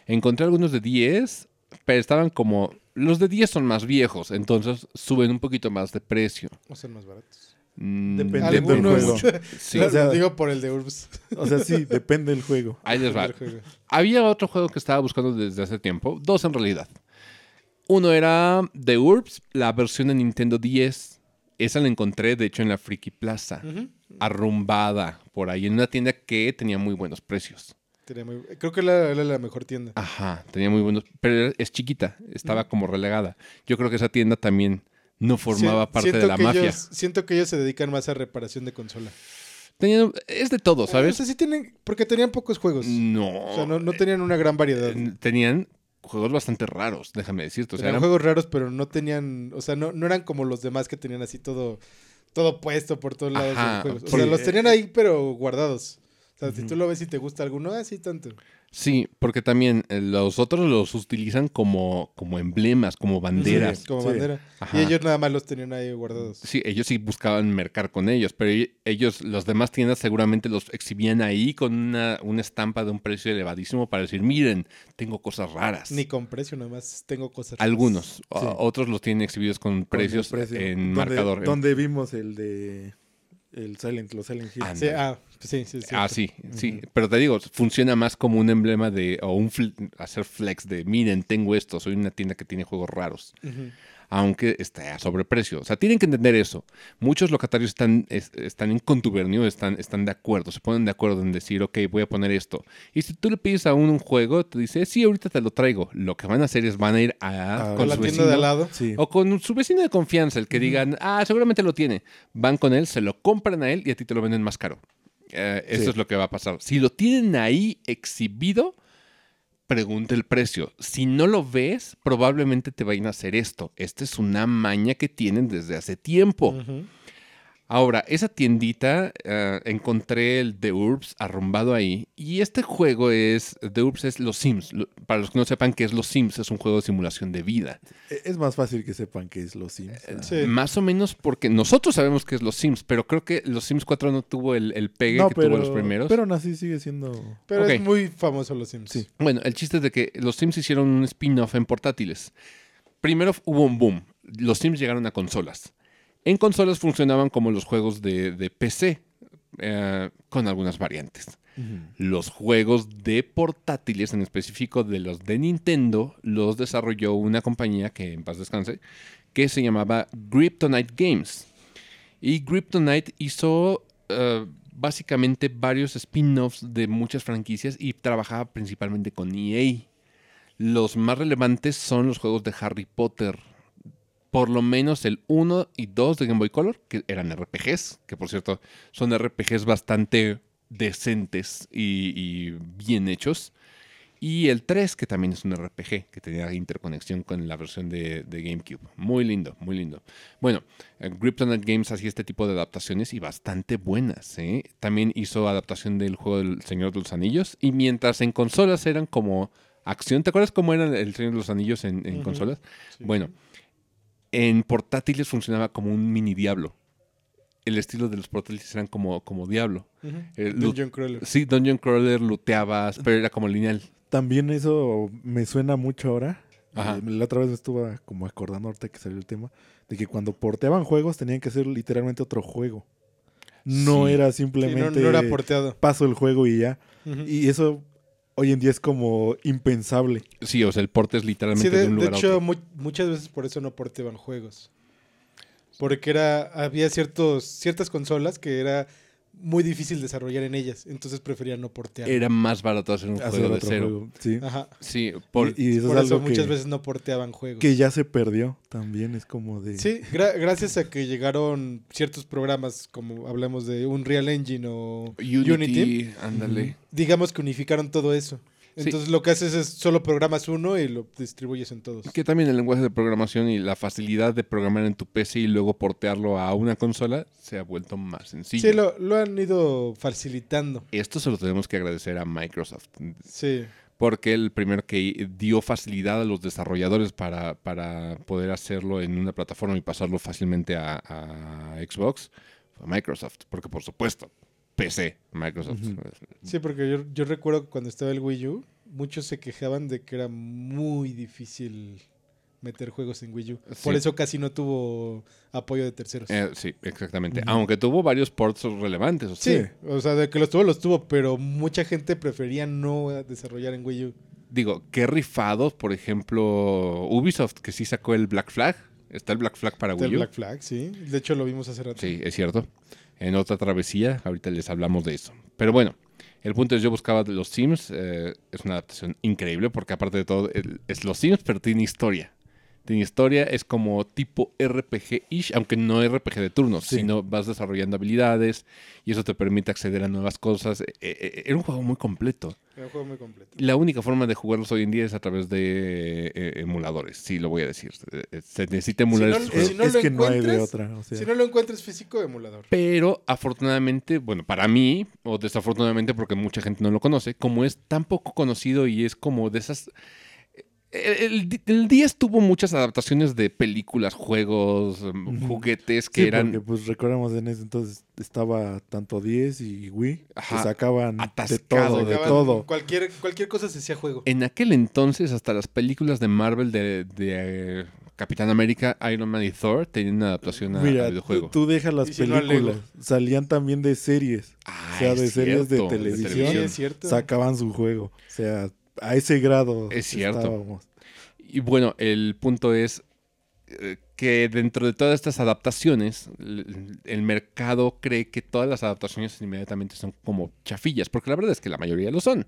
Speaker 1: Encontré algunos de 10, pero estaban como... Los de 10 son más viejos, entonces suben un poquito más de precio.
Speaker 2: O son más baratos.
Speaker 1: Mm,
Speaker 3: Dependiendo del
Speaker 2: Algunos.
Speaker 3: juego.
Speaker 1: [laughs]
Speaker 2: [laughs]
Speaker 1: Sí.
Speaker 2: Lo-
Speaker 3: o sea-
Speaker 2: lo digo por el
Speaker 1: [laughs]
Speaker 2: de Urbs.
Speaker 3: O
Speaker 2: [laughs]
Speaker 3: sea, sí, depende del juego.
Speaker 1: Ahí les va.
Speaker 2: El juego.
Speaker 1: Había otro juego que estaba buscando desde hace tiempo. Dos en realidad. Uno era The Urbs, la versión de Nintendo 10. Esa la encontré, de hecho, en la Friki Plaza.
Speaker 2: Ujú.
Speaker 1: Arrumbada por ahí, en una tienda que tenía muy buenos precios.
Speaker 2: Tenía muy- Creo que era, era la mejor tienda.
Speaker 1: Ah, Ajá, tenía muy buenos. Pero es chiquita, estaba como relegada. Yo creo que esa tienda también no formaba
Speaker 2: Sien-
Speaker 1: parte de
Speaker 2: siento
Speaker 1: la
Speaker 2: que
Speaker 1: mafia.
Speaker 2: ellos- siento que ellos se dedican más a reparación de consola.
Speaker 1: Tenían- es de todo,
Speaker 2: O
Speaker 1: ¿sabes?
Speaker 2: sea, sí tienen. Porque tenían pocos juegos.
Speaker 1: No.
Speaker 2: O sea, no, no tenían una gran variedad.
Speaker 1: Eh, Tenían juegos bastante raros, déjame decirte. O sea,
Speaker 2: Tenían
Speaker 1: eran-
Speaker 2: juegos raros, pero no tenían. O sea, no, no eran como los demás que tenían así todo. Todo puesto por todos lados
Speaker 1: Ajá,
Speaker 2: de los juegos. O
Speaker 1: porque-
Speaker 2: sea, los tenían ahí, pero guardados. O sea, si tú lo ves y te gusta alguno, así tanto.
Speaker 1: Sí, porque también eh, los otros los utilizan como, como emblemas, como banderas.
Speaker 2: Sí, como
Speaker 3: Sí.
Speaker 2: bandera.
Speaker 1: Ajá.
Speaker 2: Y ellos nada más los tenían ahí guardados.
Speaker 1: Sí, ellos sí buscaban mercar con ellos, pero e- ellos, las demás tiendas seguramente los exhibían ahí con una, una estampa de un precio elevadísimo para decir, miren, tengo cosas raras.
Speaker 2: Ni con precio, nada más tengo cosas. raras.
Speaker 1: Algunos. O- Otros los tienen exhibidos con
Speaker 3: Con el
Speaker 1: precios
Speaker 3: precio.
Speaker 1: en
Speaker 3: Donde-
Speaker 1: marcador. en-
Speaker 3: Donde vimos el de. El Silent, los Silent Hill.
Speaker 1: Ah,
Speaker 2: Sí, ah, sí, sí, sí.
Speaker 1: ah, sí, sí. Pero te digo, funciona más como un emblema de. o un fl- hacer flex de: miren, tengo esto, soy una tienda que tiene juegos raros.
Speaker 2: Ujú.
Speaker 1: Aunque está a sobreprecio. O sea, tienen que entender eso. Muchos locatarios están, es- están en contubernio, están, están de acuerdo, se ponen de acuerdo en decir, ok, voy a poner esto. Y si tú le pides a uno un juego, te dice, sí, ahorita te lo traigo. Lo que van a hacer es van a ir a,
Speaker 3: Ah,
Speaker 2: Con
Speaker 1: con
Speaker 2: la
Speaker 1: su
Speaker 2: tienda de al
Speaker 1: vecino,
Speaker 2: lado.
Speaker 3: Sí.
Speaker 1: O con su vecino de confianza, el que digan, ah, seguramente lo tiene. Van con él, se lo compran a él y a ti te lo venden más caro. Eh, eso
Speaker 3: Sí.
Speaker 1: es lo que va a pasar. Si lo tienen ahí exhibido, pregunta el precio. Si no lo ves, probablemente te vayan a hacer esto. Esta es una maña que tienen desde hace tiempo.
Speaker 2: Ujú.
Speaker 1: Ahora, esa tiendita, eh, encontré el The Urbs arrumbado ahí. Y este juego es, The Urbs es Los Sims. Lo- Para los que no sepan qué es Los Sims, es un juego de simulación de vida.
Speaker 3: E- Es más fácil que sepan que es los Sims. Ah.
Speaker 2: Eh, Sí.
Speaker 1: Más o menos porque nosotros sabemos qué es Los Sims, pero creo que Los Sims 4 no tuvo el, el pegue
Speaker 3: No,
Speaker 1: que tuvo los primeros.
Speaker 3: Pero aún así sigue siendo.
Speaker 2: Pero
Speaker 1: Ok.
Speaker 2: es muy famoso los Sims.
Speaker 3: Sí.
Speaker 1: Bueno, el chiste es de que los Sims hicieron un spin-off en portátiles. Primero hubo un boom. Los Sims llegaron a consolas. En consolas funcionaban como los juegos de, de PC, eh, con algunas variantes. Los juegos de portátiles, en específico de los de Nintendo, los desarrolló una compañía que en paz descanse, que se llamaba Griptonite Games. Y Griptonite hizo eh, básicamente varios spin-offs de muchas franquicias y trabajaba principalmente con EA. Los más relevantes son los juegos de Harry Potter. Por lo menos el 1 y 2 de Game Boy Color, que eran RPGs, que por cierto son RPGs bastante decentes y, y bien hechos. Y el 3, que también es un RPG, que tenía interconexión con la versión de, de GameCube. Muy lindo, muy lindo. Bueno, eh, Griptonite Games hacía este tipo de adaptaciones y bastante buenas. ¿eh? También hizo adaptación del juego del Señor de los Anillos. Y mientras en consolas eran como acción, ¿te acuerdas cómo era el Señor de los Anillos en, en
Speaker 2: Ujú.
Speaker 1: consolas?
Speaker 2: Sí.
Speaker 1: Bueno, en portátiles funcionaba como un mini diablo. El estilo de los portátiles eran como, como diablo.
Speaker 2: Ujú.
Speaker 1: Eh, lo-
Speaker 2: Dungeon Crawler.
Speaker 1: Sí, Dungeon Crawler, looteabas, pero era como lineal.
Speaker 3: También eso me suena mucho ahora.
Speaker 1: Ajá.
Speaker 3: Eh, La otra vez me estuve como acordando ahorita que salió el tema de que cuando porteaban juegos tenían que hacer literalmente otro juego. No
Speaker 1: Sí.
Speaker 3: era
Speaker 2: Sí, no,
Speaker 3: simplemente
Speaker 2: no era porteado.
Speaker 3: paso el juego y ya.
Speaker 2: Ujú.
Speaker 3: Y eso hoy en día es como impensable.
Speaker 1: Sí, o sea, el porte es literalmente
Speaker 2: Sí, de,
Speaker 1: de un
Speaker 2: de
Speaker 1: lugar a
Speaker 2: hecho,
Speaker 1: otro.
Speaker 2: mu- muchas veces por eso no porteaban juegos. Porque era, había ciertos, ciertas consolas que era muy difícil desarrollar en ellas. Entonces preferían no portear.
Speaker 1: Era más barato hacer un
Speaker 3: hacer
Speaker 1: juego de
Speaker 3: otro
Speaker 1: cero.
Speaker 3: juego, Sí.
Speaker 2: Ajá.
Speaker 1: Sí, por-
Speaker 3: y, y eso
Speaker 2: Por
Speaker 3: es
Speaker 2: eso
Speaker 3: algo
Speaker 2: muchas
Speaker 3: que,
Speaker 2: veces no porteaban juegos.
Speaker 3: que ya se perdió también. Es como de.
Speaker 2: Sí, gra- gracias a que llegaron ciertos programas, como hablamos de Unreal Engine o
Speaker 1: Unity,
Speaker 2: Unity,
Speaker 1: ándale.
Speaker 2: digamos que unificaron todo eso.
Speaker 1: Sí.
Speaker 2: Entonces lo que haces es solo programas uno y lo distribuyes en todos.
Speaker 1: Que también el lenguaje de programación y la facilidad de programar en tu PC y luego portearlo a una consola se ha vuelto más sencillo.
Speaker 2: Sí, lo, lo han ido facilitando.
Speaker 1: Esto se lo tenemos que agradecer a Microsoft,
Speaker 2: Sí.
Speaker 1: porque el primero que dio facilidad a los desarrolladores para, para poder hacerlo en una plataforma y pasarlo fácilmente a, a Xbox fue Microsoft, porque por supuesto, PC, Microsoft.
Speaker 3: Ujú.
Speaker 2: Sí, porque yo, yo recuerdo que cuando estaba el Wii U, muchos se quejaban de que era muy difícil meter juegos en Wii U. Por
Speaker 1: Sí.
Speaker 2: eso casi no tuvo apoyo de terceros.
Speaker 1: Eh, sí, exactamente. Aunque tuvo varios ports relevantes. O sea,
Speaker 2: sí, o sea, de que los tuvo, los tuvo, pero mucha gente prefería no desarrollar en Wii U.
Speaker 1: Digo, qué rifados, por ejemplo, Ubisoft, que sí sacó el Black Flag. Está el Black Flag para
Speaker 2: Está el
Speaker 1: Wii U.
Speaker 2: Black Flag, sí. De hecho, lo vimos hace rato.
Speaker 1: Sí, es cierto. En otra travesía, ahorita les hablamos de eso. Pero bueno, el punto es yo buscaba de los Sims. eh, es una adaptación increíble porque aparte de todo el- es los Sims, pero tiene historia. Tiene historia, es como tipo RPG-ish, aunque no RPG de turnos,
Speaker 3: Sí.
Speaker 1: sino vas desarrollando habilidades y eso te permite acceder a nuevas cosas. Eh, eh, eh, era un juego muy completo.
Speaker 2: Era un juego muy completo.
Speaker 1: La única forma de jugarlos hoy en día es a través de eh, emuladores, sí, lo voy a decir. Eh, Se necesita emular
Speaker 2: no-
Speaker 1: estos
Speaker 2: pues, si
Speaker 1: juegos.
Speaker 3: Es,
Speaker 2: no
Speaker 3: es
Speaker 2: lo
Speaker 3: que no hay de
Speaker 2: encuentras,
Speaker 3: otra. o sea,
Speaker 2: Si no lo encuentras físico, emulador.
Speaker 1: Pero afortunadamente, bueno, para mí, o desafortunadamente porque mucha gente no lo conoce, como es tan poco conocido y es como de esas... eh, El, el- el 10 tuvo muchas adaptaciones de películas, juegos, em,
Speaker 3: Ujú.
Speaker 1: juguetes que
Speaker 3: sí,
Speaker 1: eran
Speaker 3: porque pues recordamos en ese entonces estaba tanto 10 y Wii
Speaker 1: Ajá,
Speaker 3: que sacaban de
Speaker 1: atascado,
Speaker 3: todo, de
Speaker 2: Sacaban
Speaker 3: todo.
Speaker 2: Cualquier, cualquier cosa se hacía juego.
Speaker 1: En aquel entonces, hasta las películas de Marvel de, de, eh, Capitán América, Iron Man y Thor tenían una adaptación a, a
Speaker 3: Mira, tú,
Speaker 1: videojuego.
Speaker 3: tú dejas las
Speaker 2: Y si no,
Speaker 3: películas, salían también de series,
Speaker 1: Ah,
Speaker 3: o sea,
Speaker 1: es
Speaker 3: de series de
Speaker 1: cierto,
Speaker 3: televisión.
Speaker 2: Sí, es cierto.
Speaker 3: sacaban su juego, o sea, a ese grado
Speaker 1: Es cierto.
Speaker 3: estábamos.
Speaker 1: Y bueno, el punto es eh, que dentro de todas estas adaptaciones, l- el mercado cree que todas las adaptaciones inmediatamente son como chafillas, porque la verdad es que la mayoría lo son.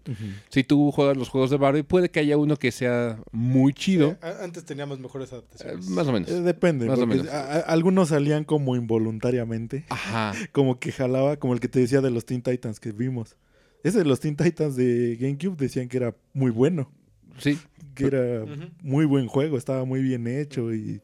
Speaker 1: Si tú juegas los juegos de Barbie, puede que haya uno que sea muy chido,
Speaker 2: Eh, A- Antes teníamos mejores
Speaker 1: eh,
Speaker 2: adaptaciones.
Speaker 1: más o menos.
Speaker 3: Eh, Depende,
Speaker 1: Más o
Speaker 3: porque
Speaker 1: menos.
Speaker 3: a- a- algunos salían como involuntariamente,
Speaker 1: Ajá.
Speaker 3: como que jalaba, como el que te decía de los Teen Titans que vimos. Ese de los Teen Titans de GameCube decían que era muy bueno.
Speaker 1: Sí,
Speaker 3: que era
Speaker 2: Ujú.
Speaker 3: muy buen juego, estaba muy bien hecho y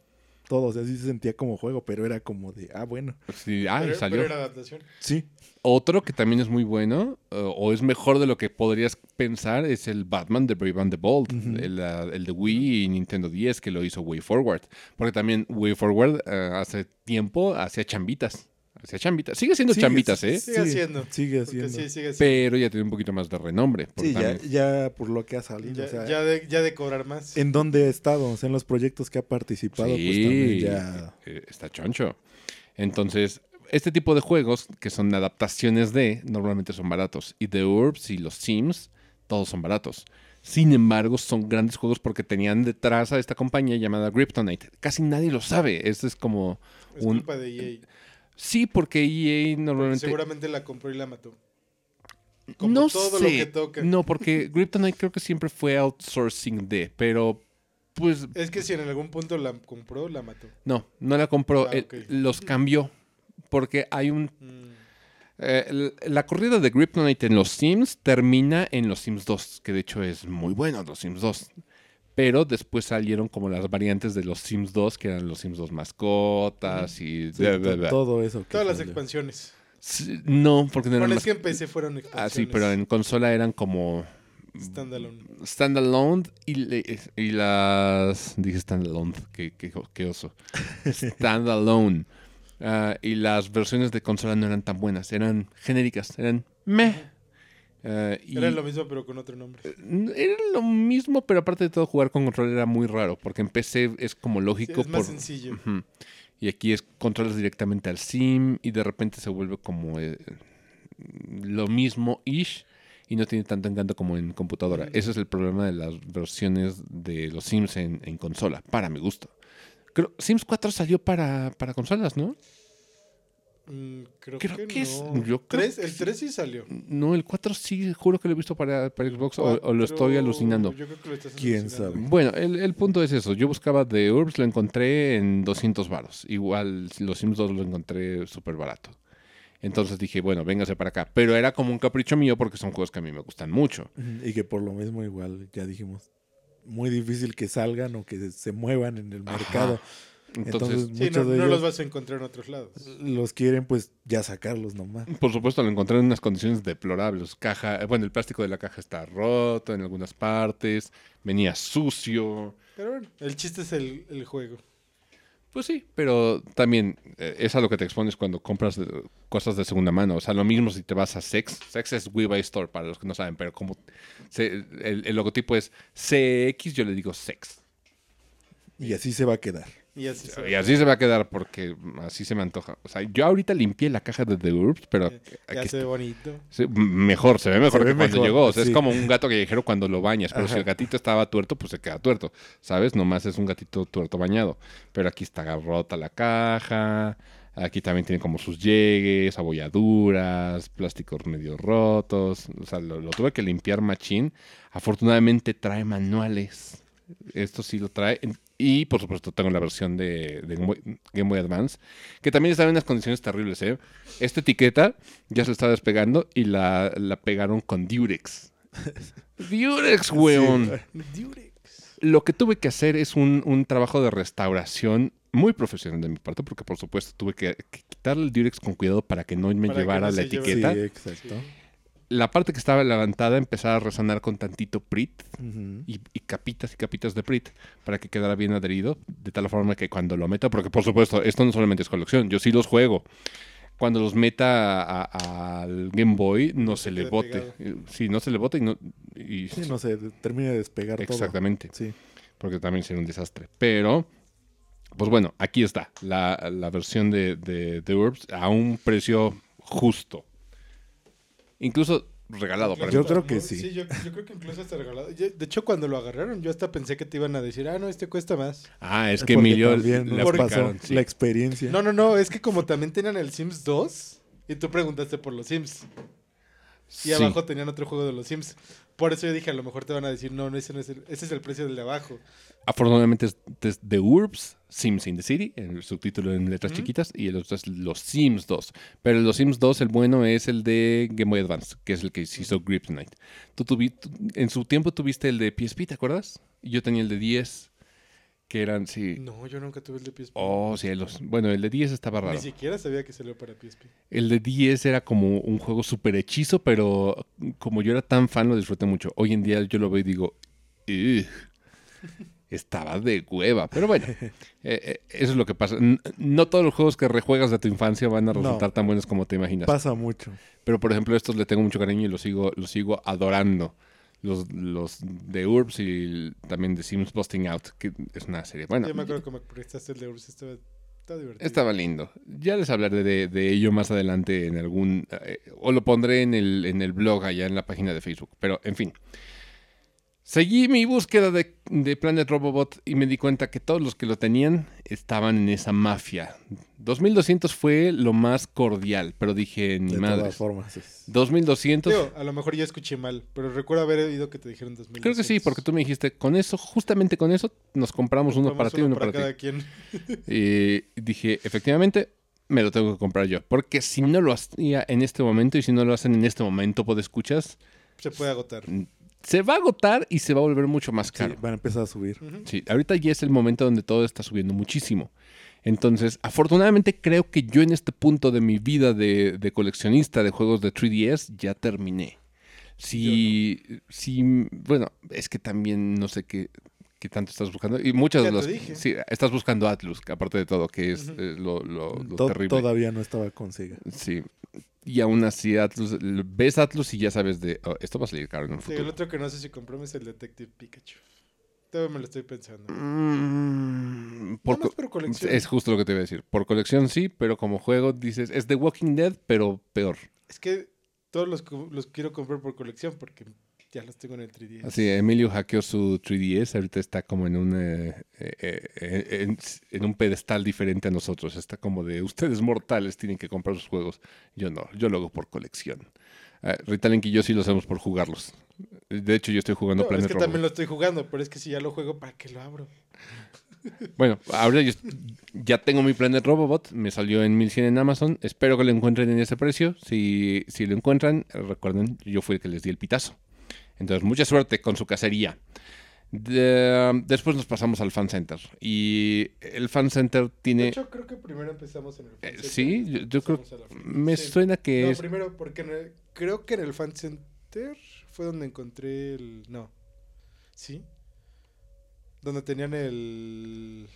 Speaker 3: todo, o sea, sí se sentía como juego, pero era como de, ah, bueno,
Speaker 1: sí, ah, y
Speaker 2: pero,
Speaker 1: salió.
Speaker 2: pero era adaptación.
Speaker 3: sí,
Speaker 1: Otro que también es muy bueno, eh, o es mejor de lo que podrías pensar, es el Batman de Brave and the Bold, el, ah, el de Wii y Nintendo 10 que lo hizo Way Forward. Porque también Way Forward eh, hace tiempo hacía chambitas. Hacía chambitas. Sigue siendo
Speaker 3: Sigue,
Speaker 1: chambitas, ¿eh?
Speaker 2: Sigue haciendo.
Speaker 3: Sigue
Speaker 2: Porque
Speaker 3: haciendo.
Speaker 2: sí, sigue haciendo.
Speaker 1: Pero ya tiene un poquito más de renombre. porque
Speaker 3: Sí, ya,
Speaker 1: también-
Speaker 3: ya por lo que ha salido,
Speaker 2: Ya,
Speaker 3: o sea,
Speaker 2: ya de, ya de cobrar más.
Speaker 3: en dónde ha estado, o sea, en los proyectos que ha participado, pues
Speaker 1: Sí,
Speaker 3: también ya...
Speaker 1: eh, está choncho. Entonces, este tipo de juegos, que son adaptaciones de, normalmente son baratos. Y The Urbs y los Sims, todos son baratos. Sin embargo, son grandes juegos porque tenían detrás a esta compañía llamada Kryptonite. Casi nadie lo sabe. Este es como
Speaker 2: es
Speaker 1: un...
Speaker 2: culpa de EA.
Speaker 1: Sí, porque EA normalmente...
Speaker 2: Seguramente la compró y la mató. como
Speaker 1: No
Speaker 2: todo
Speaker 1: sé.
Speaker 2: lo que toca.
Speaker 1: No,
Speaker 2: [laughs]
Speaker 1: porque Kryptonite creo que siempre fue outsourcing de, pero pues
Speaker 2: Es que si en algún punto la compró, la mató.
Speaker 1: no, no la compró.
Speaker 2: Ah,
Speaker 1: eh,
Speaker 2: ok.
Speaker 1: los cambió porque hay un
Speaker 2: Mm.
Speaker 1: Eh, l- la corrida de Kryptonite en los Sims termina en los Sims 2, que de hecho es muy bueno los Sims 2. Pero después salieron como las variantes de los Sims 2, que eran los Sims 2 mascotas y...
Speaker 3: sí,
Speaker 1: bla, bla,
Speaker 3: to-
Speaker 1: bla.
Speaker 3: Todo eso. que
Speaker 2: Todas las
Speaker 3: salió.
Speaker 2: expansiones.
Speaker 1: Sí, No, porque no eran
Speaker 2: Bueno,
Speaker 1: más-
Speaker 2: es que en PC fueron
Speaker 1: Ah,
Speaker 2: expansiones.
Speaker 1: sí, pero en consola eran como
Speaker 2: Standalone.
Speaker 1: standalone y, le- y las... Dije standalone, qué, qué, qué
Speaker 2: [laughs]
Speaker 1: oso. Standalone. Ah, y las versiones de consola no eran tan buenas, eran genéricas, eran meh. Ah, y-
Speaker 2: Era lo mismo, pero con otro nombre.
Speaker 1: N- Era lo mismo, pero aparte de todo, jugar con control era muy raro, porque en PC es como
Speaker 2: Sí,
Speaker 1: lógico.
Speaker 2: es más
Speaker 1: por-
Speaker 2: sencillo.
Speaker 1: Ujú. Y aquí es controlas directamente al sim y de repente se vuelve como eh, lo mismo ish y no tiene tanto encanto como en computadora.
Speaker 2: Ujú.
Speaker 1: Ese es el problema de las versiones de los sims en, en consola, para mi gusto. Creo, Sims 4 salió para, para consolas, ¿no?
Speaker 2: Mm, creo,
Speaker 1: Creo
Speaker 2: que,
Speaker 1: que es-
Speaker 2: no.
Speaker 1: yo creo
Speaker 2: Tres-
Speaker 1: que
Speaker 2: el
Speaker 1: sí.
Speaker 2: 3 sí salió.
Speaker 1: No, el 4 sí, juro que lo he visto para, para Xbox o- o lo estoy
Speaker 2: Cuatro-
Speaker 1: alucinando.
Speaker 2: Yo creo que lo estás
Speaker 3: ¿Quién
Speaker 2: alucinando.
Speaker 3: sabe?
Speaker 1: Bueno, el, el punto es eso. Yo buscaba The Urbs, lo encontré en 200 varos. Igual los Sims 2 lo encontré súper barato. Entonces dije, bueno, véngase para acá. Pero era como un capricho mío porque son juegos que a mí me gustan mucho.
Speaker 3: Ujú, Y que por lo mismo igual, ya dijimos, muy difícil que salgan o que se muevan en el
Speaker 1: Ajá.
Speaker 3: mercado. Entonces,
Speaker 1: Entonces,
Speaker 2: Sí,
Speaker 3: muchos
Speaker 2: no,
Speaker 3: de
Speaker 2: no
Speaker 3: ellos
Speaker 2: los
Speaker 3: los,
Speaker 2: vas a encontrar en otros lados.
Speaker 3: quieren pues ya sacarlos nomás.
Speaker 1: por supuesto, lo encontré en unas condiciones deplorables. Caja, eh, bueno, el plástico de la caja está roto en algunas partes, venía sucio.
Speaker 2: Pero bueno, el chiste es el, el juego.
Speaker 1: Pues sí, pero también eh, es a lo que te expones cuando compras eh, cosas de segunda mano. O sea, lo mismo si te vas a Sex. Sex es We Buy Store, para los que no saben, pero como se- el, el logotipo es CX, yo le digo Sex.
Speaker 3: Y así se va a quedar.
Speaker 2: Y así se
Speaker 1: Y
Speaker 2: ve.
Speaker 1: así se va a quedar porque así se me antoja. O sea, yo ahorita limpié la caja de The Urbs, pero
Speaker 2: Ya-
Speaker 1: aquí
Speaker 2: Ya se
Speaker 1: está.
Speaker 2: ve bonito.
Speaker 1: Sí, m- mejor, se ve mejor
Speaker 3: Se
Speaker 1: que
Speaker 3: ve
Speaker 1: cuando
Speaker 3: mejor,
Speaker 1: llegó. O sea,
Speaker 3: sí.
Speaker 1: es como un gato callejero cuando lo bañas, pero si
Speaker 3: Ajá.
Speaker 1: el gatito estaba tuerto, pues se queda tuerto. ¿Sabes? Nomás es un gatito tuerto bañado. Pero aquí está rota la caja. Aquí también tiene como sus llegues, abolladuras, plásticos medio rotos. O sea, lo, lo tuve que limpiar machín. Afortunadamente trae manuales. Esto sí lo trae. Y por supuesto tengo la versión de, de Game, Boy, Game Boy Advance, que también estaba en unas condiciones terribles. ¿eh? Esta etiqueta ya se está despegando y la, la pegaron con
Speaker 2: [laughs]
Speaker 1: Durex. Durex, weón.
Speaker 2: Durex.
Speaker 1: Lo que tuve que hacer es un, un trabajo de restauración muy profesional de mi parte, porque por supuesto tuve que, que quitarle el Durex con cuidado para que no me
Speaker 2: Para que
Speaker 1: llevara
Speaker 2: no
Speaker 1: la
Speaker 2: se lleve.
Speaker 3: Sí,
Speaker 1: etiqueta.
Speaker 3: exacto.
Speaker 1: La parte que estaba levantada empezaba a resonar con tantito Prit
Speaker 3: Ujú.
Speaker 1: y, y capitas y capitas de Prit para que quedara bien adherido, de tal forma que cuando lo meta, porque por supuesto, esto no solamente es colección, yo sí los juego. Cuando los meta a- a- al Game Boy, no se le
Speaker 2: quede
Speaker 1: bote. Eh, Sí, no se le bote y no. y-
Speaker 3: Sí, no sé, termina de despegar
Speaker 1: Exactamente
Speaker 3: todo. Sí.
Speaker 1: porque también sería un desastre. Pero, pues bueno, aquí está la, la versión de, de, de Urbs a un precio justo. Incluso regalado. Para
Speaker 3: Yo
Speaker 1: mí.
Speaker 2: Incluso
Speaker 3: creo
Speaker 2: hasta-
Speaker 3: que sí.
Speaker 2: yo, yo creo que incluso hasta regalado. Yo- de hecho, cuando lo agarraron, yo hasta pensé que te iban a decir, ah, no, este cuesta más.
Speaker 1: Ah, es que
Speaker 3: Porque
Speaker 1: Emilio
Speaker 3: también
Speaker 1: le
Speaker 3: nos pasó
Speaker 1: aplicaron, sí.
Speaker 3: la experiencia.
Speaker 2: No, no, no, es que como también tenían el Sims 2, y tú preguntaste por los Sims. Y abajo tenían otro juego de los Sims. Por eso yo dije, a lo mejor te van a decir, no, no ese, no es, el, ese es el precio del de abajo.
Speaker 1: Afortunadamente es, es The Urbs, Sims in the City, el subtítulo en letras
Speaker 2: Ujú.
Speaker 1: chiquitas, y el otro es Los Sims 2. Pero Los Sims 2, el bueno, es el de Game Boy Advance, que es el que se hizo Grip Knight. Tú tuvi- tú- en su tiempo tuviste el de PSP, ¿te acuerdas? Yo tenía el de 10, que eran, sí.
Speaker 2: No, yo nunca tuve el de PSP.
Speaker 1: Oh, cielos. Bueno, el de 10 estaba raro.
Speaker 2: Ni siquiera sabía que salió para PSP.
Speaker 1: El de 10 era como un juego súper hechizo, pero como yo era tan fan, lo disfruté mucho. Hoy en día yo lo veo y digo, "Ugh, estaba de hueva. Pero bueno, eh, eh, eso es lo que pasa. N- No todos los juegos que rejuegas de tu infancia van a
Speaker 3: No.
Speaker 1: resultar tan buenos como te imaginas.
Speaker 3: Pasa mucho.
Speaker 1: Pero por ejemplo, estos le tengo mucho cariño y los sigo, los sigo adorando. Los, los de Urbs y el- también de Sims Busting Out, que es una serie. Bueno,
Speaker 2: yo me acuerdo que me prestaste el de Ursa, estaba, estaba divertido.
Speaker 1: Estaba lindo. Ya les hablaré de, de ello más adelante en algún... eh, o lo pondré en el, en el blog allá en la página de Facebook. Pero, en fin. Seguí mi búsqueda de, de Planet Robobot y me di cuenta que todos los que lo tenían estaban en esa mafia. 2200 fue lo más cordial, pero dije, ni
Speaker 3: de
Speaker 1: madre.
Speaker 3: todas formas. es-
Speaker 1: 2200...
Speaker 2: Digo, a lo mejor yo escuché mal, pero recuerdo haber oído que te dijeron 2000.
Speaker 1: Creo que sí, porque tú me dijiste, con eso, justamente con eso, nos compramos uno para ti y uno para, ti.
Speaker 2: cada quien.
Speaker 1: Y dije, efectivamente, me lo tengo que comprar yo. Porque si no lo hacía en este momento y si no lo hacen en este momento, escuchas,
Speaker 2: Se puede agotar.
Speaker 1: se va a agotar y se va a volver mucho más
Speaker 3: Sí,
Speaker 1: caro.
Speaker 3: van a empezar a subir.
Speaker 2: Ujú.
Speaker 1: Sí, ahorita ya es el momento donde todo está subiendo muchísimo. Entonces, afortunadamente creo que yo en este punto de mi vida de, de coleccionista de juegos de 3DS ya terminé. Sí, sí, bueno, es que también no sé qué, qué tanto estás buscando. Y muchas de
Speaker 2: Ya te
Speaker 1: las...
Speaker 2: dije.
Speaker 1: Sí, estás buscando Atlus, que aparte de todo, que es
Speaker 2: Ujú.
Speaker 1: eh, lo, lo- lo
Speaker 3: To-
Speaker 1: terrible.
Speaker 3: Todavía no estaba con Sega.
Speaker 1: Sí. Y aún así, Atlus, ves Atlus y ya sabes de, "Oh, esto va a salir caro en el
Speaker 2: Sí, el
Speaker 1: futuro.
Speaker 2: otro que no sé si compró es el Detective Pikachu. Todavía me lo estoy pensando.
Speaker 1: Mm, por
Speaker 2: Nada más
Speaker 1: co-
Speaker 2: por colección.
Speaker 1: es
Speaker 2: Es...
Speaker 1: justo lo que te iba a decir. Por colección sí, pero como juego dices, es The Walking Dead, pero peor.
Speaker 2: que todos los, co- los quiero comprar por colección porque ya los tengo en el 3DS.
Speaker 1: Así, Emilio hackeó su 3DS, ahorita está como en un, eh, eh, eh, eh, en, en un pedestal diferente a nosotros. Está como de, ustedes mortales tienen que comprar sus juegos. Yo no, yo lo hago por colección. Ah, Ritalink y yo sí lo hacemos por jugarlos. De hecho, yo estoy jugando
Speaker 2: No, es
Speaker 1: Planet
Speaker 2: que
Speaker 1: Robot.
Speaker 2: también lo estoy jugando, pero es que si ya lo juego, ¿para qué lo abro?
Speaker 1: Bueno, ahora yo ya tengo mi Planet Robobot, me salió en 1100 en Amazon, espero que lo encuentren en ese precio. Si, si lo encuentran, recuerden, yo fui el que les di el pitazo. Entonces, mucha suerte con su cacería. De- después nos pasamos al Fan Center y el Fan Center
Speaker 2: De
Speaker 1: tiene...
Speaker 2: hecho, creo que primero empezamos en el fan
Speaker 1: Eh,
Speaker 2: center
Speaker 1: sí,
Speaker 2: y después
Speaker 1: yo- yo creo-
Speaker 2: pasamos a la fan-
Speaker 1: me
Speaker 2: Sí.
Speaker 1: suena que
Speaker 2: No,
Speaker 1: es...
Speaker 2: primero, porque en el- creo que en el fan center fue donde encontré el. No. ¿Sí? Donde tenían el.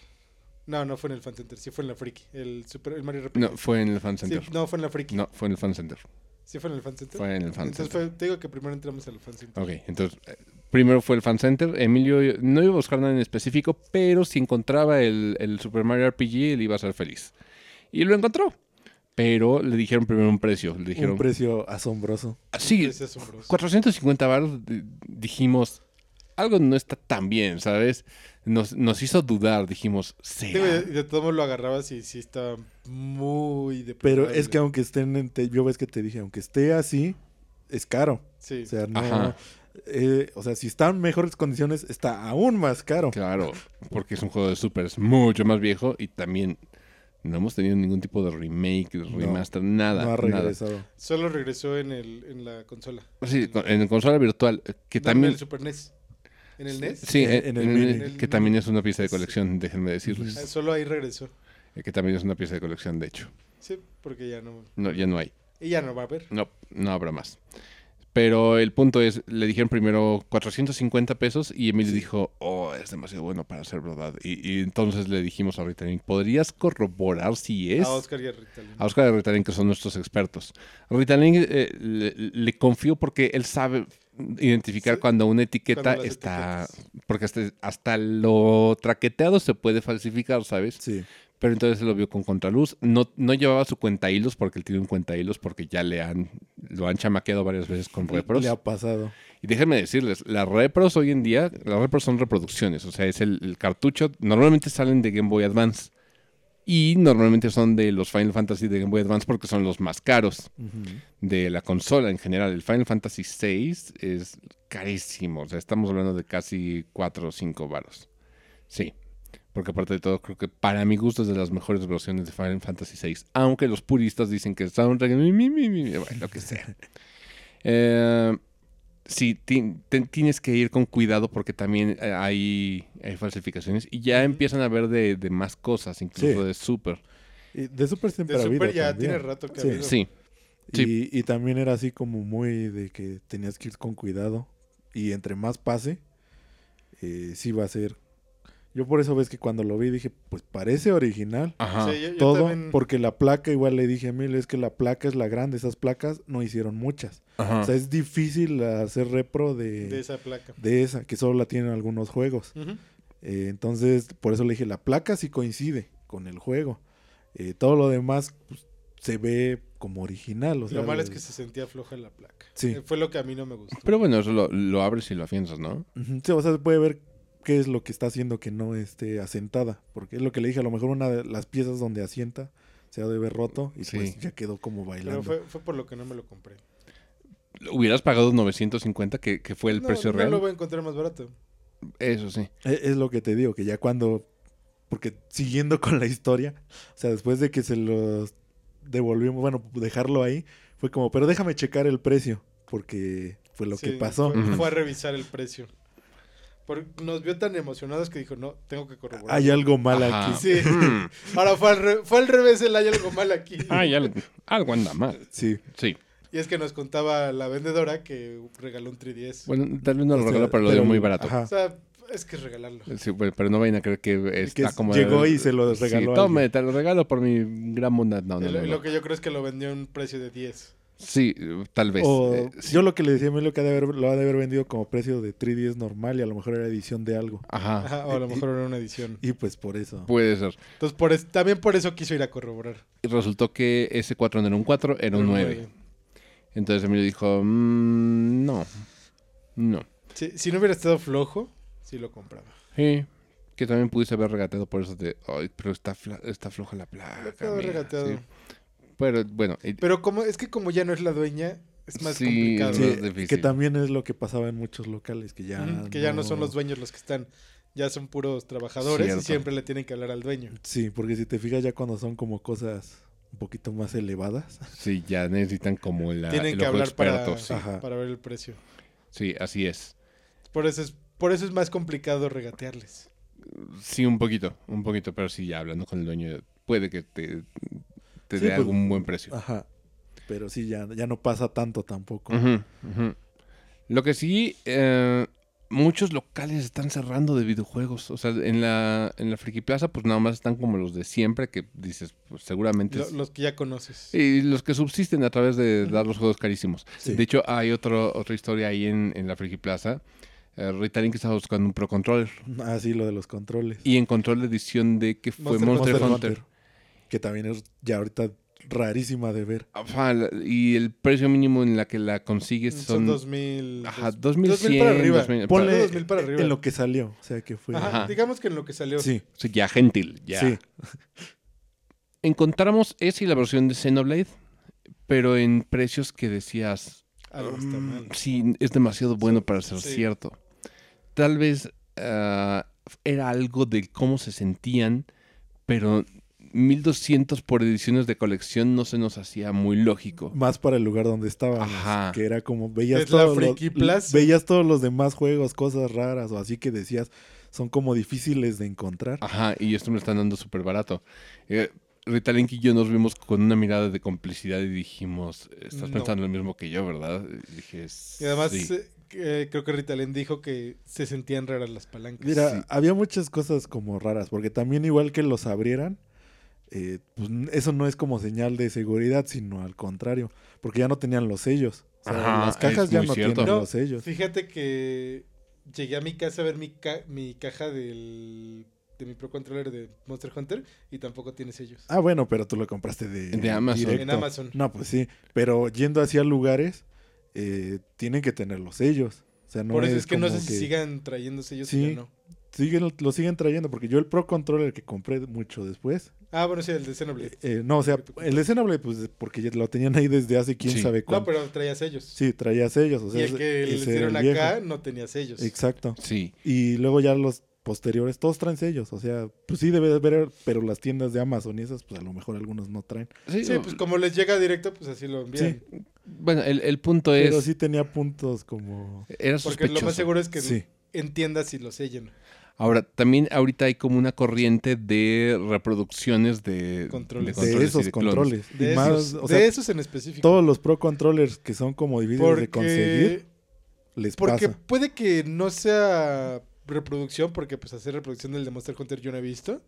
Speaker 2: No, no fue en el fan center, sí fue en la friki. El, super, el Mario RPG.
Speaker 1: No, fue en el Fan
Speaker 2: Sí,
Speaker 1: Center.
Speaker 2: no, fue en la friki.
Speaker 1: No, fue en el Fan Center.
Speaker 2: Sí fue en el fan center.
Speaker 1: Fue en el Fan
Speaker 2: Entonces
Speaker 1: Center.
Speaker 2: fue- te digo que primero entramos al fan center.
Speaker 1: Ok, entonces, eh, primero fue el Fan Center. Emilio eh, no iba a buscar nada en específico, pero si encontraba el, el Super Mario RPG, él iba a ser feliz. Y lo encontró. Pero le dijeron primero un precio. Le dijeron,
Speaker 3: Un precio asombroso.
Speaker 1: sí,
Speaker 2: Es asombroso.
Speaker 1: 450 baros. di- Dijimos, algo no está tan bien, ¿sabes? Nos, nos hizo dudar. Dijimos,
Speaker 2: Digo,
Speaker 1: será.
Speaker 2: y de todo modo lo agarrabas y sí estaba muy
Speaker 3: Pero
Speaker 2: deplorable.
Speaker 3: es que aunque estén, en te- yo ves que te dije, aunque esté así, es caro.
Speaker 2: Sí.
Speaker 3: O sea, no-
Speaker 1: Ajá.
Speaker 3: eh, o sea, si están en mejores condiciones, está aún más caro.
Speaker 1: Claro, porque es un juego de Super, es mucho más viejo y también no hemos tenido ningún tipo de remake, remaster, nada.
Speaker 3: no ha
Speaker 1: nada.
Speaker 3: regresado.
Speaker 2: Solo regresó en, el, en la consola.
Speaker 1: Sí, con- en consola virtual, eh, que
Speaker 2: No, En
Speaker 1: también...
Speaker 2: el Super E NES. En el NES.
Speaker 1: Sí,
Speaker 3: En-
Speaker 1: eh,
Speaker 3: en el
Speaker 1: en
Speaker 3: mini.
Speaker 1: el-
Speaker 2: En el
Speaker 1: que
Speaker 2: mini.
Speaker 1: también es una pieza de colección, déjenme decirles.
Speaker 2: Ah, Solo ahí regresó.
Speaker 1: Eh, Que también es una pieza de colección, de hecho.
Speaker 2: Sí, porque ya no.
Speaker 1: No, ya no hay.
Speaker 2: Y ya no va a haber.
Speaker 1: No, no habrá más. Pero el punto es, le dijeron primero 450 pesos y Emilio dijo, oh, es demasiado bueno para ser verdad. Y, y entonces le dijimos a Ritalin, ¿podrías corroborar si es?
Speaker 2: A Oscar y a Ritalin.
Speaker 1: a Oscar y Ritalin, que son nuestros expertos. Ritalin eh, le, le confió porque él sabe identificar
Speaker 2: Sí.
Speaker 1: cuando una etiqueta
Speaker 2: Cuando las
Speaker 1: está...
Speaker 2: etiquetas.
Speaker 1: Porque hasta, hasta lo traqueteado se puede falsificar, ¿sabes?
Speaker 3: Sí.
Speaker 1: Pero entonces lo vio con contraluz. No, no llevaba su cuenta hilos porque él tiene un cuenta hilos porque ya le han... Lo han chamaqueado varias veces con repros.
Speaker 3: Le ha pasado.
Speaker 1: Y déjenme decirles, las repros hoy en día, las repros son reproducciones, o sea, es el, el cartucho, normalmente salen de Game Boy Advance, Y normalmente son de los Final Fantasy de Game Boy Advance porque son los más caros de la consola en general. El Final Fantasy VI es carísimo. O sea, estamos hablando de casi 4 o 5 varos. Sí. Porque aparte de todo, creo que para mi gusto es de las mejores versiones de Final Fantasy VI. Aunque los puristas dicen que el soundtrack... mi, mi, mi, mi, bueno, lo que sea. [laughs] Eh, sí, ti- te- tienes que ir con cuidado porque también eh, hay, hay falsificaciones. Y ya empiezan a ver de, de más cosas, incluso
Speaker 3: Sí.
Speaker 1: de Super.
Speaker 3: Y de Super siempre
Speaker 2: De
Speaker 3: ha habido
Speaker 2: Super ya
Speaker 3: también.
Speaker 2: tiene rato que ha
Speaker 3: Sí.
Speaker 2: habido.
Speaker 1: Sí. Sí.
Speaker 3: Y, y también era así como muy de que tenías que ir con cuidado. Y entre más pase, eh, sí va a ser. Yo por eso ves que cuando lo vi dije, pues parece original.
Speaker 1: Ajá.
Speaker 2: Sí, yo- yo
Speaker 3: todo,
Speaker 2: también-
Speaker 3: porque la placa, igual le dije a Emilio, es que la placa es la grande. Esas placas no hicieron muchas.
Speaker 1: ajá.
Speaker 3: O sea, es difícil hacer repro de,
Speaker 2: de esa placa.
Speaker 3: de esa, que solo la tienen algunos juegos.
Speaker 2: Ujú.
Speaker 3: Eh, entonces, por eso le dije, la placa sí coincide con el juego. Eh, todo lo demás pues, se ve como original. O sea,
Speaker 2: lo malo es
Speaker 3: el-
Speaker 2: que se sentía floja la placa.
Speaker 3: Sí.
Speaker 2: Eh, Fue lo que a mí no me gustó.
Speaker 1: Pero bueno, eso lo, lo abres y lo afianzas, ¿no?
Speaker 3: Ujú, sí, o sea, se puede ver qué es lo que está haciendo que no esté asentada. Porque es lo que le dije, a lo mejor una de las piezas donde asienta se ha de ver roto y
Speaker 1: Sí.
Speaker 3: pues ya quedó como bailando.
Speaker 2: Pero fue, fue por lo que no me lo compré.
Speaker 1: Hubieras pagado 950, que, que fue el
Speaker 2: No,
Speaker 1: precio
Speaker 2: no
Speaker 1: real.
Speaker 2: lo voy a encontrar más barato.
Speaker 1: Eso [clears throat] sí.
Speaker 3: E- Es, lo que te digo, que ya cuando... Porque siguiendo con la historia, o sea, después de que se los devolvimos, bueno, dejarlo ahí, fue como, pero déjame checar el precio, porque fue lo
Speaker 2: Sí,
Speaker 3: que pasó.
Speaker 2: Fue,
Speaker 1: Ujú.
Speaker 2: fue a revisar el precio. Por- nos vio tan emocionados que dijo, no, tengo que corroborar.
Speaker 3: Hay algo mal
Speaker 1: Ajá.
Speaker 3: aquí.
Speaker 2: Sí.
Speaker 1: Mm.
Speaker 2: Ahora fue al, re- fue al revés, el hay algo mal aquí.
Speaker 1: Ay, algo, Ah, algo anda mal.
Speaker 3: Sí,
Speaker 1: Sí.
Speaker 2: Y es que nos contaba la vendedora que regaló un 3DS.
Speaker 1: Bueno, tal vez no
Speaker 3: o
Speaker 1: lo
Speaker 3: sea,
Speaker 1: regaló, Este, pero lo dio muy barato.
Speaker 3: ajá.
Speaker 2: O sea, es que es regalarlo.
Speaker 1: Sí, bueno, pero no vayan a creer que
Speaker 3: que
Speaker 1: está como...
Speaker 3: llegó y se lo regaló a
Speaker 1: tome,
Speaker 3: alguien.
Speaker 1: te lo regalo por mi gran bondad. No, no,
Speaker 2: El-
Speaker 1: no, no.
Speaker 2: Lo que yo creo es que lo vendió a un precio de 10.
Speaker 1: Sí, eh, tal vez.
Speaker 3: O-
Speaker 1: Eh, sí.
Speaker 3: Yo lo que le decía a Emilio que ha de haber- lo ha de haber vendido como precio de 3DS normal y a lo mejor era edición de algo.
Speaker 1: Ajá,
Speaker 2: Ajá, o a lo mejor era una edición.
Speaker 3: Y pues por eso.
Speaker 1: puede ser.
Speaker 2: Entonces, por es- también por eso quiso ir a corroborar.
Speaker 1: Y resultó que ese 4 no era un 4, era un 9. Entonces Emilio dijo, "Mm, no, no.
Speaker 2: Si, si no hubiera estado flojo, sí lo compraba.
Speaker 1: Sí, que también pudiste haber regateado por eso de, ay, pero está, fla- está floja la placa.
Speaker 2: Lo puedo haber
Speaker 1: mira",
Speaker 2: regateado.
Speaker 1: sí. Pero bueno, y-
Speaker 2: Pero como es que como ya no es la dueña, es más
Speaker 1: Sí,
Speaker 2: complicado.
Speaker 1: es
Speaker 3: Sí,
Speaker 1: más difícil.
Speaker 3: que también es lo que pasaba en muchos locales, que ya...
Speaker 2: Ujú, que ya no son los dueños los que están, ya son puros trabajadores
Speaker 1: Cierto.
Speaker 2: y siempre le tienen que hablar al dueño.
Speaker 3: Sí, porque si te fijas ya cuando son como cosas un poquito más elevadas.
Speaker 1: sí, ya necesitan como la,
Speaker 2: tienen
Speaker 1: el
Speaker 2: que
Speaker 1: ojo
Speaker 2: hablar para,
Speaker 1: experto, sí.
Speaker 2: sí,
Speaker 3: Ajá.
Speaker 2: para ver el precio.
Speaker 1: Sí, así es.
Speaker 2: Por eso es, por eso es más complicado regatearles.
Speaker 1: Sí, un poquito, un poquito, pero sí, ya hablando con el dueño, puede que te, te
Speaker 3: Sí,
Speaker 1: dé
Speaker 3: pues,
Speaker 1: algún buen precio.
Speaker 2: ah,
Speaker 3: Ajá. Pero sí, ya, ya no pasa tanto tampoco.
Speaker 1: Ujú, ujú. Lo que sí, eh, muchos locales están cerrando de videojuegos. O sea, en la, en la Friki Plaza, pues nada más están como los de siempre, que dices, pues seguramente.
Speaker 2: Lo-
Speaker 1: es-
Speaker 2: los que ya conoces.
Speaker 1: Y los que subsisten a través de dar los juegos carísimos.
Speaker 3: Sí.
Speaker 1: De hecho, hay otro, otra historia ahí en, en la Friki Plaza. Eh, Rita Link estaba buscando un Pro Controller
Speaker 3: Ah, sí, lo de los controles.
Speaker 1: y encontró la edición de que fue
Speaker 2: Monster
Speaker 1: Monster, Hunter.
Speaker 3: Que también es ya ahorita rarísima de ver.
Speaker 1: Ajá, la- y el precio mínimo en la que la consigues
Speaker 2: Mm, Son,
Speaker 1: Mm, son...
Speaker 2: 2000.
Speaker 1: ajá,
Speaker 2: dos-
Speaker 1: 2100,
Speaker 2: para arriba.
Speaker 1: 2000,
Speaker 2: Ponle-
Speaker 1: para-
Speaker 2: 2000 para arriba.
Speaker 3: en lo que salió. O sea, que fue...
Speaker 2: Ajá,
Speaker 1: Ajá.
Speaker 2: Digamos que en lo que salió.
Speaker 3: Sí,
Speaker 1: Sí, ya gentil, ya.
Speaker 3: sí.
Speaker 1: encontramos esa y la versión de Xenoblade, pero en precios que decías,
Speaker 2: Algo está
Speaker 1: "Mm,
Speaker 2: mal.
Speaker 1: sí, es demasiado bueno para ser
Speaker 2: sí.
Speaker 1: cierto. Tal vez ah, era algo de cómo se sentían, pero 1200 por ediciones de colección no se nos hacía muy lógico.
Speaker 3: más para el lugar donde estábamos,
Speaker 1: Ajá.
Speaker 3: que era como veías
Speaker 2: Es la
Speaker 3: todos los,
Speaker 2: Friki Plaza.
Speaker 3: veías todos los demás juegos, cosas raras o así que decías son como difíciles de encontrar.
Speaker 1: Ajá, y esto me lo están dando súper barato. Eh, Rita Link y yo nos vimos con una mirada de complicidad y dijimos, estás
Speaker 2: No.
Speaker 1: pensando lo mismo que yo, ¿verdad? Y dije,
Speaker 2: Y además,
Speaker 1: "Sí".
Speaker 2: eh, eh, creo que Ritalin dijo que se sentían raras las palancas.
Speaker 3: Mira,
Speaker 1: sí.
Speaker 3: había muchas cosas como raras, porque también igual que los abrieran, eh, pues, n- eso no es como señal de seguridad, sino al contrario, porque ya no tenían los sellos. O sea,
Speaker 1: Ajá,
Speaker 3: las cajas
Speaker 1: es
Speaker 3: ya
Speaker 1: muy
Speaker 3: no
Speaker 1: cierto.
Speaker 3: tienen
Speaker 2: No,
Speaker 3: los sellos.
Speaker 2: Fíjate que llegué a mi casa a ver mi, ca- mi caja del, de mi Pro Controller de Monster Hunter y tampoco tiene sellos.
Speaker 3: Ah, bueno, pero tú lo compraste de,
Speaker 1: De Amazon.
Speaker 2: En Amazon.
Speaker 3: No, pues sí, pero yendo hacia lugares, eh, tienen que tener los sellos. O sea, no
Speaker 2: Por eso es que no sé
Speaker 3: como
Speaker 2: si sigan trayendo sellos
Speaker 3: Sí.
Speaker 2: o ya no.
Speaker 3: siguen, lo siguen trayendo, porque yo el Pro Controller que compré mucho después,
Speaker 2: Ah, bueno, sí, el de Xenoblade.
Speaker 3: eh, no, o sea, el de Xenoblade, pues porque ya lo tenían ahí desde hace quién
Speaker 1: Sí.
Speaker 3: sabe
Speaker 2: No,
Speaker 3: cuánto.
Speaker 2: pero traías ellos.
Speaker 3: Sí, traía sellos, o sea,
Speaker 2: y el que
Speaker 3: ese
Speaker 2: le
Speaker 3: era
Speaker 2: hicieron
Speaker 3: el viejo.
Speaker 2: acá pues. no tenía sellos.
Speaker 3: Exacto.
Speaker 1: Sí.
Speaker 3: Y luego ya los posteriores, todos traen sellos, o sea, pues sí debe de haber, pero las tiendas de Amazon y esas, pues a lo mejor algunos no traen.
Speaker 1: Sí,
Speaker 2: Sí,
Speaker 1: o-
Speaker 2: pues como les llega directo, pues así lo envían.
Speaker 3: Sí,
Speaker 1: Bueno, el, el punto
Speaker 3: pero
Speaker 1: es...
Speaker 3: sí tenía puntos como...
Speaker 1: Era
Speaker 2: Porque
Speaker 1: sospechoso.
Speaker 2: lo más seguro es que
Speaker 3: Sí.
Speaker 2: entiendas si lo sellan.
Speaker 1: Ahora, también ahorita hay como una corriente de reproducciones de de
Speaker 2: Controles.
Speaker 1: controles
Speaker 3: de
Speaker 1: y
Speaker 3: esos
Speaker 1: de clones.
Speaker 3: controles.
Speaker 2: De,
Speaker 3: y
Speaker 2: esos,
Speaker 3: más, o sea,
Speaker 2: de esos en específico.
Speaker 3: todos los Pro Controllers que son como difíciles
Speaker 2: porque,
Speaker 3: de conseguir, les
Speaker 2: porque
Speaker 3: pasa.
Speaker 2: puede que no sea reproducción, porque pues hacer reproducción del de Monster Hunter yo no he visto.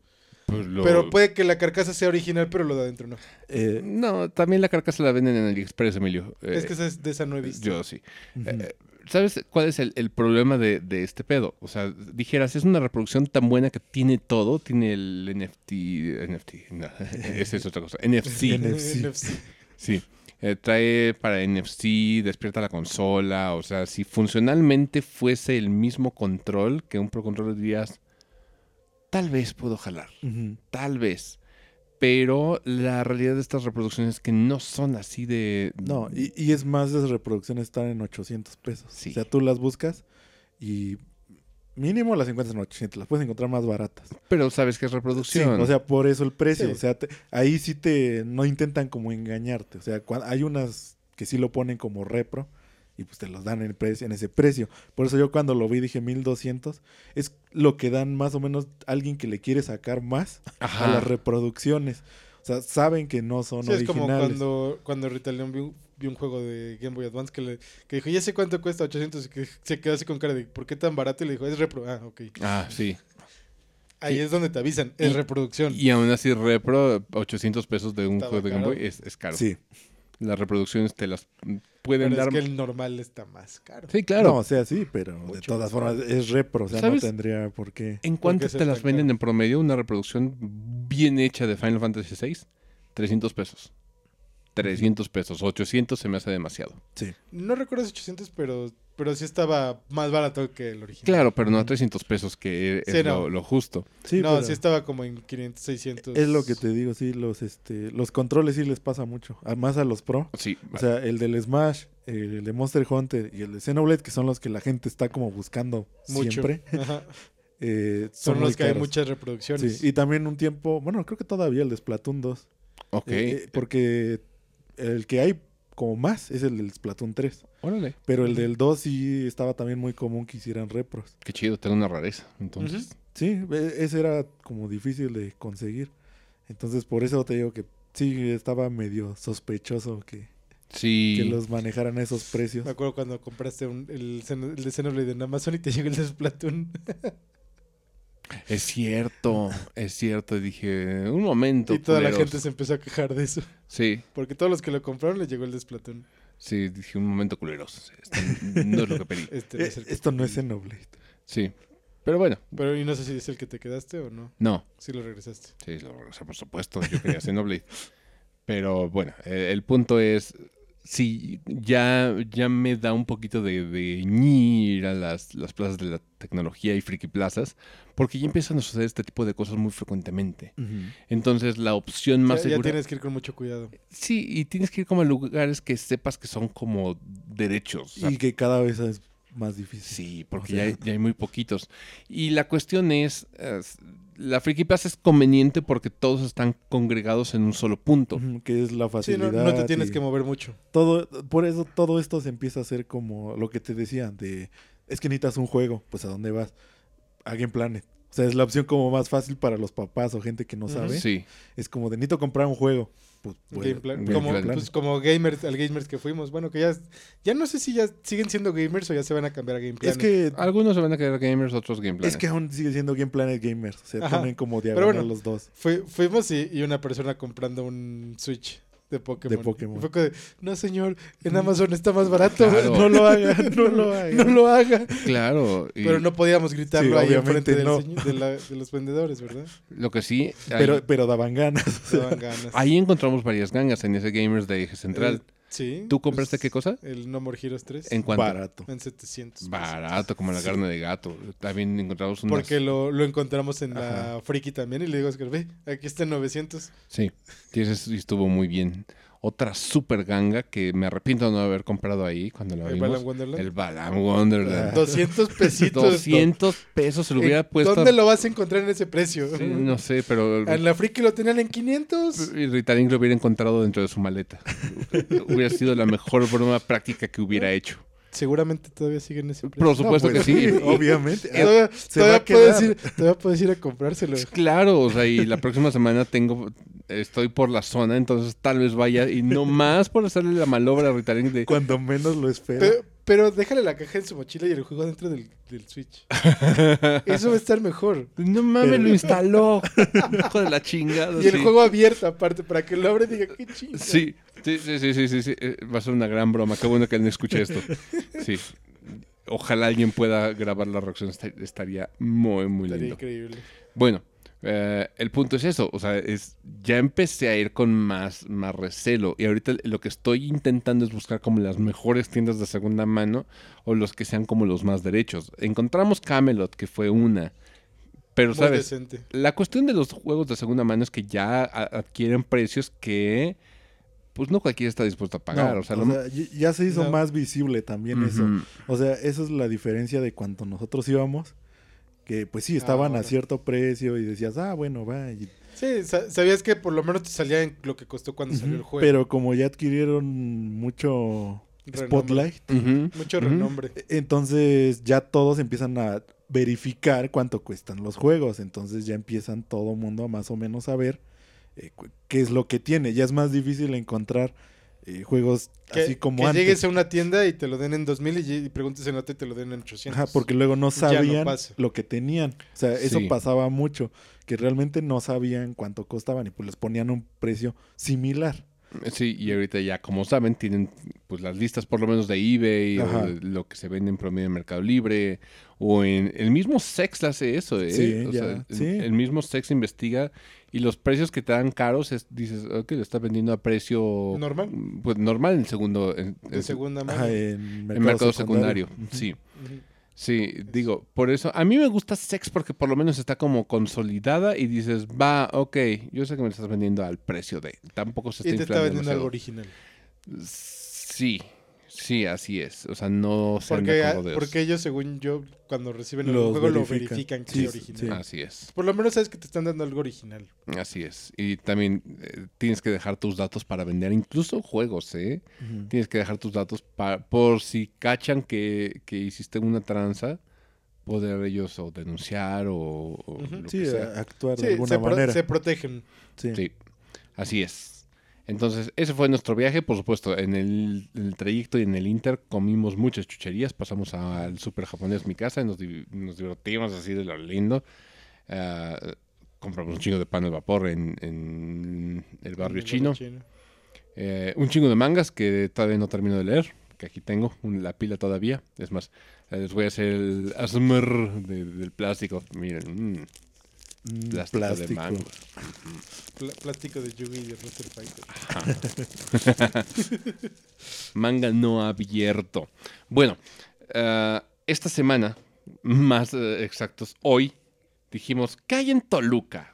Speaker 1: Pues lo-
Speaker 2: Pero puede que la carcasa sea original, pero lo de adentro no.
Speaker 3: Eh,
Speaker 1: No, también la carcasa la venden en AliExpress, Emilio.
Speaker 2: es que
Speaker 1: Eh,
Speaker 2: esa es- de esa no he visto. [laughs]
Speaker 1: Yo sí.
Speaker 3: ujú.
Speaker 1: Eh, ¿Sabes cuál es el, el problema de, de este pedo? O sea, dijeras, es una reproducción tan buena que tiene todo, tiene el NFT, NFT, no, [laughs] esa es otra cosa, NFC,
Speaker 3: N- NFC.
Speaker 1: sí. Eh, trae para NFC, despierta la consola, o sea, si funcionalmente fuese el mismo control que un Pro Controller dirías, tal vez puedo jalar,
Speaker 3: Ujú.
Speaker 1: tal vez. Pero la realidad de estas reproducciones es que no son así de...
Speaker 3: No, y, y es más, esas reproducciones están en 800 pesos.
Speaker 1: Sí.
Speaker 3: O sea, tú las buscas y mínimo las encuentras en 800, las puedes encontrar más baratas.
Speaker 1: Pero sabes que es
Speaker 3: Sí,
Speaker 1: reproducción.
Speaker 3: o sea, por eso el precio.
Speaker 2: Sí.
Speaker 3: O sea, te- ahí sí te, no intentan como engañarte. O sea, cua- hay unas que sí lo ponen como repro y pues te los dan en, el precio, en ese precio. Por eso yo cuando lo vi dije 1200, es lo que dan más o menos alguien que le quiere sacar más a
Speaker 1: Ajá.
Speaker 3: las reproducciones. O sea, saben que no son
Speaker 2: Sí, es
Speaker 3: originales.
Speaker 2: como cuando, cuando Rita León vio, vio un juego de Game Boy Advance que, le, que dijo, ya sé cuánto cuesta 800, y que se quedó así con cara de, ¿por qué tan barato? Y le dijo, es repro. Ah, ok.
Speaker 1: Ah, sí.
Speaker 2: Ahí
Speaker 1: Y-
Speaker 2: es donde te avisan,
Speaker 1: y-
Speaker 2: es reproducción.
Speaker 1: Y aún así, repro, 800 pesos de un
Speaker 2: Estaba
Speaker 1: juego de Game
Speaker 2: caro.
Speaker 1: Boy es, es caro.
Speaker 3: Sí.
Speaker 1: Las reproducciones te las pueden
Speaker 2: pero es
Speaker 1: dar.
Speaker 2: que el normal está más caro.
Speaker 1: Sí, claro.
Speaker 3: No, o sea, sí, pero de
Speaker 2: Mucho Eh, más
Speaker 3: todas formas es repro, o sea,
Speaker 1: ¿Sabes?
Speaker 3: no tendría por qué.
Speaker 1: ¿En cuánto
Speaker 2: porque se
Speaker 1: te las
Speaker 2: estancaron.
Speaker 1: venden en promedio una reproducción bien hecha de Final Fantasy VI? 300 pesos. 300 pesos. 800 se me hace demasiado.
Speaker 3: Sí.
Speaker 2: No recuerdo los 800, pero, pero sí estaba más barato que el original.
Speaker 1: Claro, pero no a 300 pesos, que es
Speaker 2: Sí,
Speaker 1: lo,
Speaker 2: no.
Speaker 1: lo justo.
Speaker 3: Sí,
Speaker 2: no,
Speaker 3: pero
Speaker 2: sí estaba como en 500, 600.
Speaker 3: es lo que te digo, sí, los este los controles sí les pasa mucho, a- más a los pro.
Speaker 1: Sí.
Speaker 3: O sea, el del Smash, el de Monster Hunter y el de Xenoblade, que son los que la gente está como buscando
Speaker 2: Mucho.
Speaker 3: siempre,
Speaker 2: [laughs] Ajá.
Speaker 3: eh,
Speaker 2: Son,
Speaker 3: muy
Speaker 2: los que hay
Speaker 3: caros.
Speaker 2: muchas reproducciones.
Speaker 3: Sí, y también un tiempo, bueno, creo que todavía el de Splatoon 2.
Speaker 1: ok.
Speaker 3: eh, eh, porque el que hay como más es el del Splatoon 3.
Speaker 1: Órale.
Speaker 3: Pero
Speaker 2: Mm.
Speaker 3: el del 2 sí estaba también muy común que hicieran repros.
Speaker 1: Qué chido, tengo una rareza. Entonces.
Speaker 2: Ujú.
Speaker 3: Sí, e- ese era como difícil de conseguir. Entonces, por eso te digo que sí, estaba medio sospechoso que,
Speaker 1: Sí.
Speaker 3: que los manejaran a esos precios.
Speaker 2: Me acuerdo cuando compraste un- el, Xeno- el de Xenoblade en Amazon y te llegó el de Splatoon.
Speaker 1: Es cierto. Es cierto. Y Dije, un momento.
Speaker 2: y toda la
Speaker 1: culeros.
Speaker 2: gente se empezó a quejar de eso.
Speaker 1: Sí.
Speaker 2: Porque todos los que lo compraron les llegó el de Splatoon.
Speaker 1: Sí, dije un momento culeros. Esto no es lo que
Speaker 2: [laughs]
Speaker 1: pedí.
Speaker 2: Este no
Speaker 3: Eh,
Speaker 2: es el que
Speaker 3: esto
Speaker 2: te
Speaker 3: no es
Speaker 2: pedí.
Speaker 3: Xenoblade.
Speaker 1: Sí. Pero bueno,
Speaker 2: Pero y no sé si es el que te quedaste o no.
Speaker 1: no.
Speaker 2: Si lo regresaste.
Speaker 1: Sí, lo- o sea, por supuesto, yo quería Xenoblade. Pero bueno, eh, el punto es. Sí, ya, ya me da un poquito de, de ñi ir a las, las plazas de la tecnología y friki plazas, porque ya empiezan a suceder este tipo de cosas muy frecuentemente. Entonces, la opción más
Speaker 2: Ya- ya,
Speaker 1: segura.
Speaker 2: tienes que ir con mucho cuidado.
Speaker 1: Sí, y tienes que ir como a lugares que sepas que son como derechos. o sea,
Speaker 3: Y que cada vez es más difícil.
Speaker 1: Sí,
Speaker 3: O
Speaker 1: porque
Speaker 3: sea-
Speaker 1: ya, hay- ya hay muy poquitos. Y la cuestión es, es- la Friki Plaza es conveniente porque todos están congregados en un solo punto.
Speaker 3: Ujú, Que es la
Speaker 2: Sí, no,
Speaker 3: facilidad.
Speaker 2: no te tienes
Speaker 3: y
Speaker 2: que mover mucho.
Speaker 3: todo, por eso todo esto se empieza a hacer como lo que te decía, de es que necesitas un juego, pues a dónde vas. A Game Planet. O sea, es la opción como más fácil para los papás o gente que no
Speaker 2: Ujú.
Speaker 3: sabe.
Speaker 1: Sí,
Speaker 3: Es como de necesito comprar un juego. Pues, bueno,
Speaker 2: Game plan-
Speaker 1: Game
Speaker 2: como,
Speaker 1: plan.
Speaker 2: pues, como gamers, al gamers que fuimos. Bueno, que ya, ya no sé si ya siguen siendo gamers o ya se van a cambiar a Game Planet.
Speaker 3: Es que,
Speaker 1: algunos se van a quedar gamers, otros game
Speaker 3: es que aún sigue siendo Game Planet Gamers. O sea,
Speaker 2: Ajá.
Speaker 3: ponen como
Speaker 2: Pero
Speaker 3: diagonal
Speaker 2: bueno,
Speaker 3: los dos.
Speaker 2: Fui- fuimos y, y una persona comprando un Switch de Pokémon.
Speaker 3: De Pokémon. Mm.
Speaker 2: Y fue como de, no señor, en Amazon está más barato.
Speaker 1: Claro.
Speaker 2: [laughs] No lo haga,
Speaker 3: [laughs]
Speaker 2: no [laughs] lo haga. no lo haga.
Speaker 1: Claro, y
Speaker 2: Pero no podíamos gritarlo
Speaker 3: Sí,
Speaker 2: ahí
Speaker 3: obviamente
Speaker 2: enfrente del
Speaker 3: no.
Speaker 2: señor- de, la- de los vendedores,
Speaker 3: [laughs]
Speaker 2: ¿verdad?
Speaker 1: lo que sí, ahí,
Speaker 3: Pero, pero daban ganas.
Speaker 2: Daban ganas.
Speaker 1: ahí encontramos varias gangas en ese Gamers de Eje
Speaker 2: Eh, pues,
Speaker 1: Central.
Speaker 2: Sí.
Speaker 1: ¿Tú compraste qué cosa?
Speaker 2: El No More Heroes 3.
Speaker 1: ¿En cuánto?
Speaker 3: Barato.
Speaker 2: En 700. pesos.
Speaker 1: Barato, como la
Speaker 2: Sí.
Speaker 1: carne de gato. También encontramos unas...
Speaker 2: Porque lo, lo encontramos en la Friki también y le digo a Oscar, ve, aquí está en 900.
Speaker 1: Sí, sí, ese sí estuvo muy bien. Otra super ganga que me arrepiento de no haber comprado ahí cuando la
Speaker 2: El
Speaker 1: vimos.
Speaker 2: Balan Wonderland.
Speaker 1: El Balan Wonderland.
Speaker 2: 200
Speaker 1: [laughs]
Speaker 2: pesitos.
Speaker 1: 200 pesos se lo hubiera
Speaker 2: ¿En
Speaker 1: puesto.
Speaker 2: ¿Dónde lo vas a encontrar en ese precio?
Speaker 1: Sí, no sé, pero
Speaker 2: En la Friki lo tenían en 500.
Speaker 1: y Ritalin lo hubiera encontrado dentro de su maleta. [laughs] hubiera sido la mejor broma práctica que hubiera hecho.
Speaker 2: Seguramente todavía siguen en ese precio. pues,
Speaker 1: Por supuesto
Speaker 3: pues,
Speaker 1: que sí.
Speaker 3: [laughs]
Speaker 1: [laughs]
Speaker 3: Obviamente. Ah,
Speaker 2: Todavía,
Speaker 3: se va
Speaker 2: todavía
Speaker 3: a
Speaker 2: puedes
Speaker 3: quedar.
Speaker 2: ir, todavía puedes ir a comprárselo.
Speaker 1: Claro, o sea, y la próxima semana tengo, estoy por la zona, entonces tal vez vaya y no más por hacerle la malobra a Ritalin de
Speaker 3: Cuando menos lo espera.
Speaker 2: Pero, pero déjale la caja en su mochila y el juego dentro del, del
Speaker 1: [laughs]
Speaker 2: Switch. Eso va a estar mejor.
Speaker 1: no mames, lo instaló. [laughs] Hijo de la chingada.
Speaker 2: Y el
Speaker 1: sí.
Speaker 2: juego abierto aparte, para que lo abra y diga, qué chingo.
Speaker 1: Sí, sí, sí, sí, sí, sí, sí, eh, Va a ser una gran broma. Qué bueno que no escuche esto. Sí. Ojalá alguien pueda grabar la reacción. esta- Estaría muy, muy
Speaker 2: Estaría
Speaker 1: lindo.
Speaker 2: increíble.
Speaker 1: Bueno, eh, el punto es eso. O sea, es, ya empecé a ir con más, más recelo. Y ahorita lo que estoy intentando es buscar como las mejores tiendas de segunda mano o los que sean como los más derechos. Encontramos Camelot, que fue una. Pero,
Speaker 2: Muy
Speaker 1: ¿sabes?
Speaker 2: decente.
Speaker 1: La cuestión de los juegos de segunda mano es que ya a- adquieren precios que pues no cualquiera está dispuesto a pagar.
Speaker 3: No,
Speaker 1: o sea,
Speaker 3: o
Speaker 1: lo-
Speaker 3: sea, ya ya se hizo
Speaker 2: No.
Speaker 3: más visible también eso.
Speaker 1: Ujú.
Speaker 3: O sea, esa es la diferencia de cuando nosotros íbamos. Que pues sí, estaban
Speaker 2: Ah, Ahora.
Speaker 3: a cierto precio y decías, ah, bueno, va. y-
Speaker 2: Sí, sa- sabías que por lo menos te salía en lo que costó cuando Pues salió el juego.
Speaker 3: Pero como ya adquirieron mucho
Speaker 2: Renombre.
Speaker 3: spotlight, e,
Speaker 1: Ujú.
Speaker 2: Mucho
Speaker 1: Ujú.
Speaker 2: renombre.
Speaker 3: entonces ya todos empiezan a verificar cuánto cuestan los juegos. Entonces ya empiezan todo mundo a más o menos a ver eh, cu- qué es lo que tiene. Ya es más difícil encontrar eh, juegos
Speaker 2: Que,
Speaker 3: así como
Speaker 2: que
Speaker 3: antes.
Speaker 2: llegues a una tienda y te lo den en 2000 y, y preguntes en otra y te lo den en 800.
Speaker 3: Ajá, porque luego no
Speaker 2: Ya no
Speaker 3: sabían
Speaker 2: pasa.
Speaker 3: lo que tenían. O sea, eso
Speaker 1: Sí.
Speaker 3: pasaba mucho, que realmente no sabían cuánto costaban y pues les ponían un precio similar.
Speaker 1: Sí, y ahorita ya, como saben, tienen pues las listas por lo menos de eBay
Speaker 3: Ajá.
Speaker 1: o de lo que se vende en promedio en Mercado Libre o en el mismo Sex hace eso, ¿eh?
Speaker 3: Sí,
Speaker 1: O
Speaker 3: ya,
Speaker 1: sea, el-
Speaker 3: sí.
Speaker 1: el mismo Sex investiga y los precios que te dan caros es- dices, ok, lo está vendiendo a precio
Speaker 2: Normal.
Speaker 1: pues normal en segundo en,
Speaker 2: De
Speaker 1: en-
Speaker 2: segunda mano.
Speaker 3: Ajá, eh, en mercado,
Speaker 1: en mercado
Speaker 3: secundario.
Speaker 1: secundario. Sí.
Speaker 2: Ujú.
Speaker 1: Sí, digo, por eso, a mí me gusta Sex porque por lo menos está como consolidada y dices, va, ok, yo sé que me lo estás vendiendo al precio de, tampoco se está
Speaker 2: Y te
Speaker 1: inflando
Speaker 2: está vendiendo algo
Speaker 1: demasiado.
Speaker 2: original.
Speaker 1: Sí, sí, así es, o sea, no se
Speaker 2: Porque, ah,
Speaker 1: anda con rodeos.
Speaker 2: porque ellos, según yo, cuando reciben el
Speaker 3: Los
Speaker 2: juego lo
Speaker 3: verifican.
Speaker 2: verifican que
Speaker 3: Sí,
Speaker 2: es original.
Speaker 3: sí.
Speaker 1: Así es,
Speaker 2: Por lo menos sabes que te están dando algo original.
Speaker 1: así es. Y también eh, tienes que dejar tus datos para vender, incluso juegos, ¿eh?
Speaker 3: Ujú.
Speaker 1: Tienes que dejar tus datos para, por si cachan que, que hiciste una tranza, poder ellos o denunciar o, o
Speaker 2: Ujú.
Speaker 1: lo
Speaker 3: Sí,
Speaker 1: que sea.
Speaker 3: a- actuar
Speaker 2: Sí,
Speaker 3: de alguna
Speaker 2: se, pro-
Speaker 3: manera.
Speaker 2: se protegen.
Speaker 3: Sí.
Speaker 1: Sí, así es. Entonces, ese fue nuestro viaje, por supuesto. En el, en el trayecto y en el Inter comimos muchas chucherías, pasamos al super japonés mi casa, y nos, di- nos divertimos así de lo lindo. Ah, compramos un chingo de pan al vapor en, en el barrio chino. Eh, un chingo de mangas que todavía no termino de leer, que aquí tengo un- la pila todavía. Es más, eh, les voy a hacer el asmr de- del plástico. Miren, mm,
Speaker 3: Mm,
Speaker 1: plástico, de mango.
Speaker 2: Pl- plástico de Yugi y de Roster Fighter.
Speaker 1: Manga no abierto. Bueno, eh, esta semana, más eh, exactos, hoy dijimos que hay en Toluca.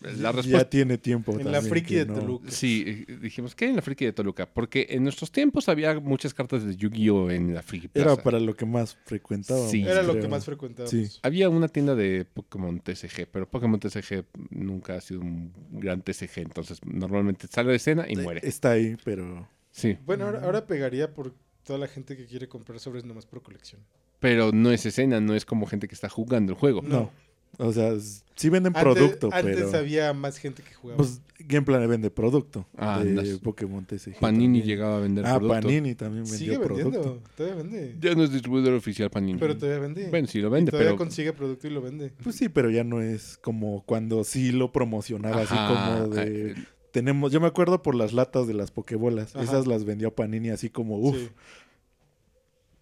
Speaker 1: La
Speaker 3: Ya
Speaker 1: respuesta.
Speaker 3: tiene tiempo.
Speaker 2: En la
Speaker 3: también
Speaker 2: friki de
Speaker 3: que no-
Speaker 2: Toluca.
Speaker 1: Sí, eh, dijimos que hay en la friki de Toluca. Porque en nuestros tiempos había muchas cartas de Yu-Gi-Oh! en la friki plaza.
Speaker 3: Era para lo que más frecuentábamos.
Speaker 1: Sí.
Speaker 2: Era lo
Speaker 3: creo.
Speaker 2: que más frecuentábamos.
Speaker 3: Sí.
Speaker 1: Había una tienda de Pokémon TCG, pero Pokémon TCG nunca ha sido un gran TCG, entonces normalmente sale de escena y muere.
Speaker 3: Está ahí, pero...
Speaker 1: Sí,
Speaker 2: Bueno,
Speaker 3: Mm.
Speaker 2: ahora, ahora pegaría por toda la gente que quiere comprar sobres nomás por colección.
Speaker 1: pero no es escena, no es como gente que está jugando el juego.
Speaker 3: No. O sea, s- sí venden
Speaker 2: Antes-
Speaker 3: producto,
Speaker 2: antes,
Speaker 3: pero...
Speaker 2: había más gente que jugaba.
Speaker 3: Pues Game Planet vende producto
Speaker 1: Ah,
Speaker 3: de
Speaker 1: andas.
Speaker 3: Pokémon TCG.
Speaker 1: Panini
Speaker 3: también.
Speaker 1: llegaba a vender
Speaker 3: Ah,
Speaker 1: producto.
Speaker 3: Panini también vendió
Speaker 2: Sigue
Speaker 3: producto.
Speaker 2: vendiendo. Todavía vende.
Speaker 1: Ya no es distribuidor oficial Panini.
Speaker 2: Pero todavía vende.
Speaker 1: Bueno, sí lo
Speaker 2: Y
Speaker 1: vende,
Speaker 2: todavía
Speaker 1: pero
Speaker 2: consigue producto y lo vende.
Speaker 3: Pues sí, pero ya no es como cuando sí lo promocionaba
Speaker 1: Ajá,
Speaker 3: así como de
Speaker 1: eh,
Speaker 3: tenemos, yo me acuerdo por las latas de las pokebolas,
Speaker 2: Ajá.
Speaker 3: esas las vendió Panini así como uff.
Speaker 2: Sí.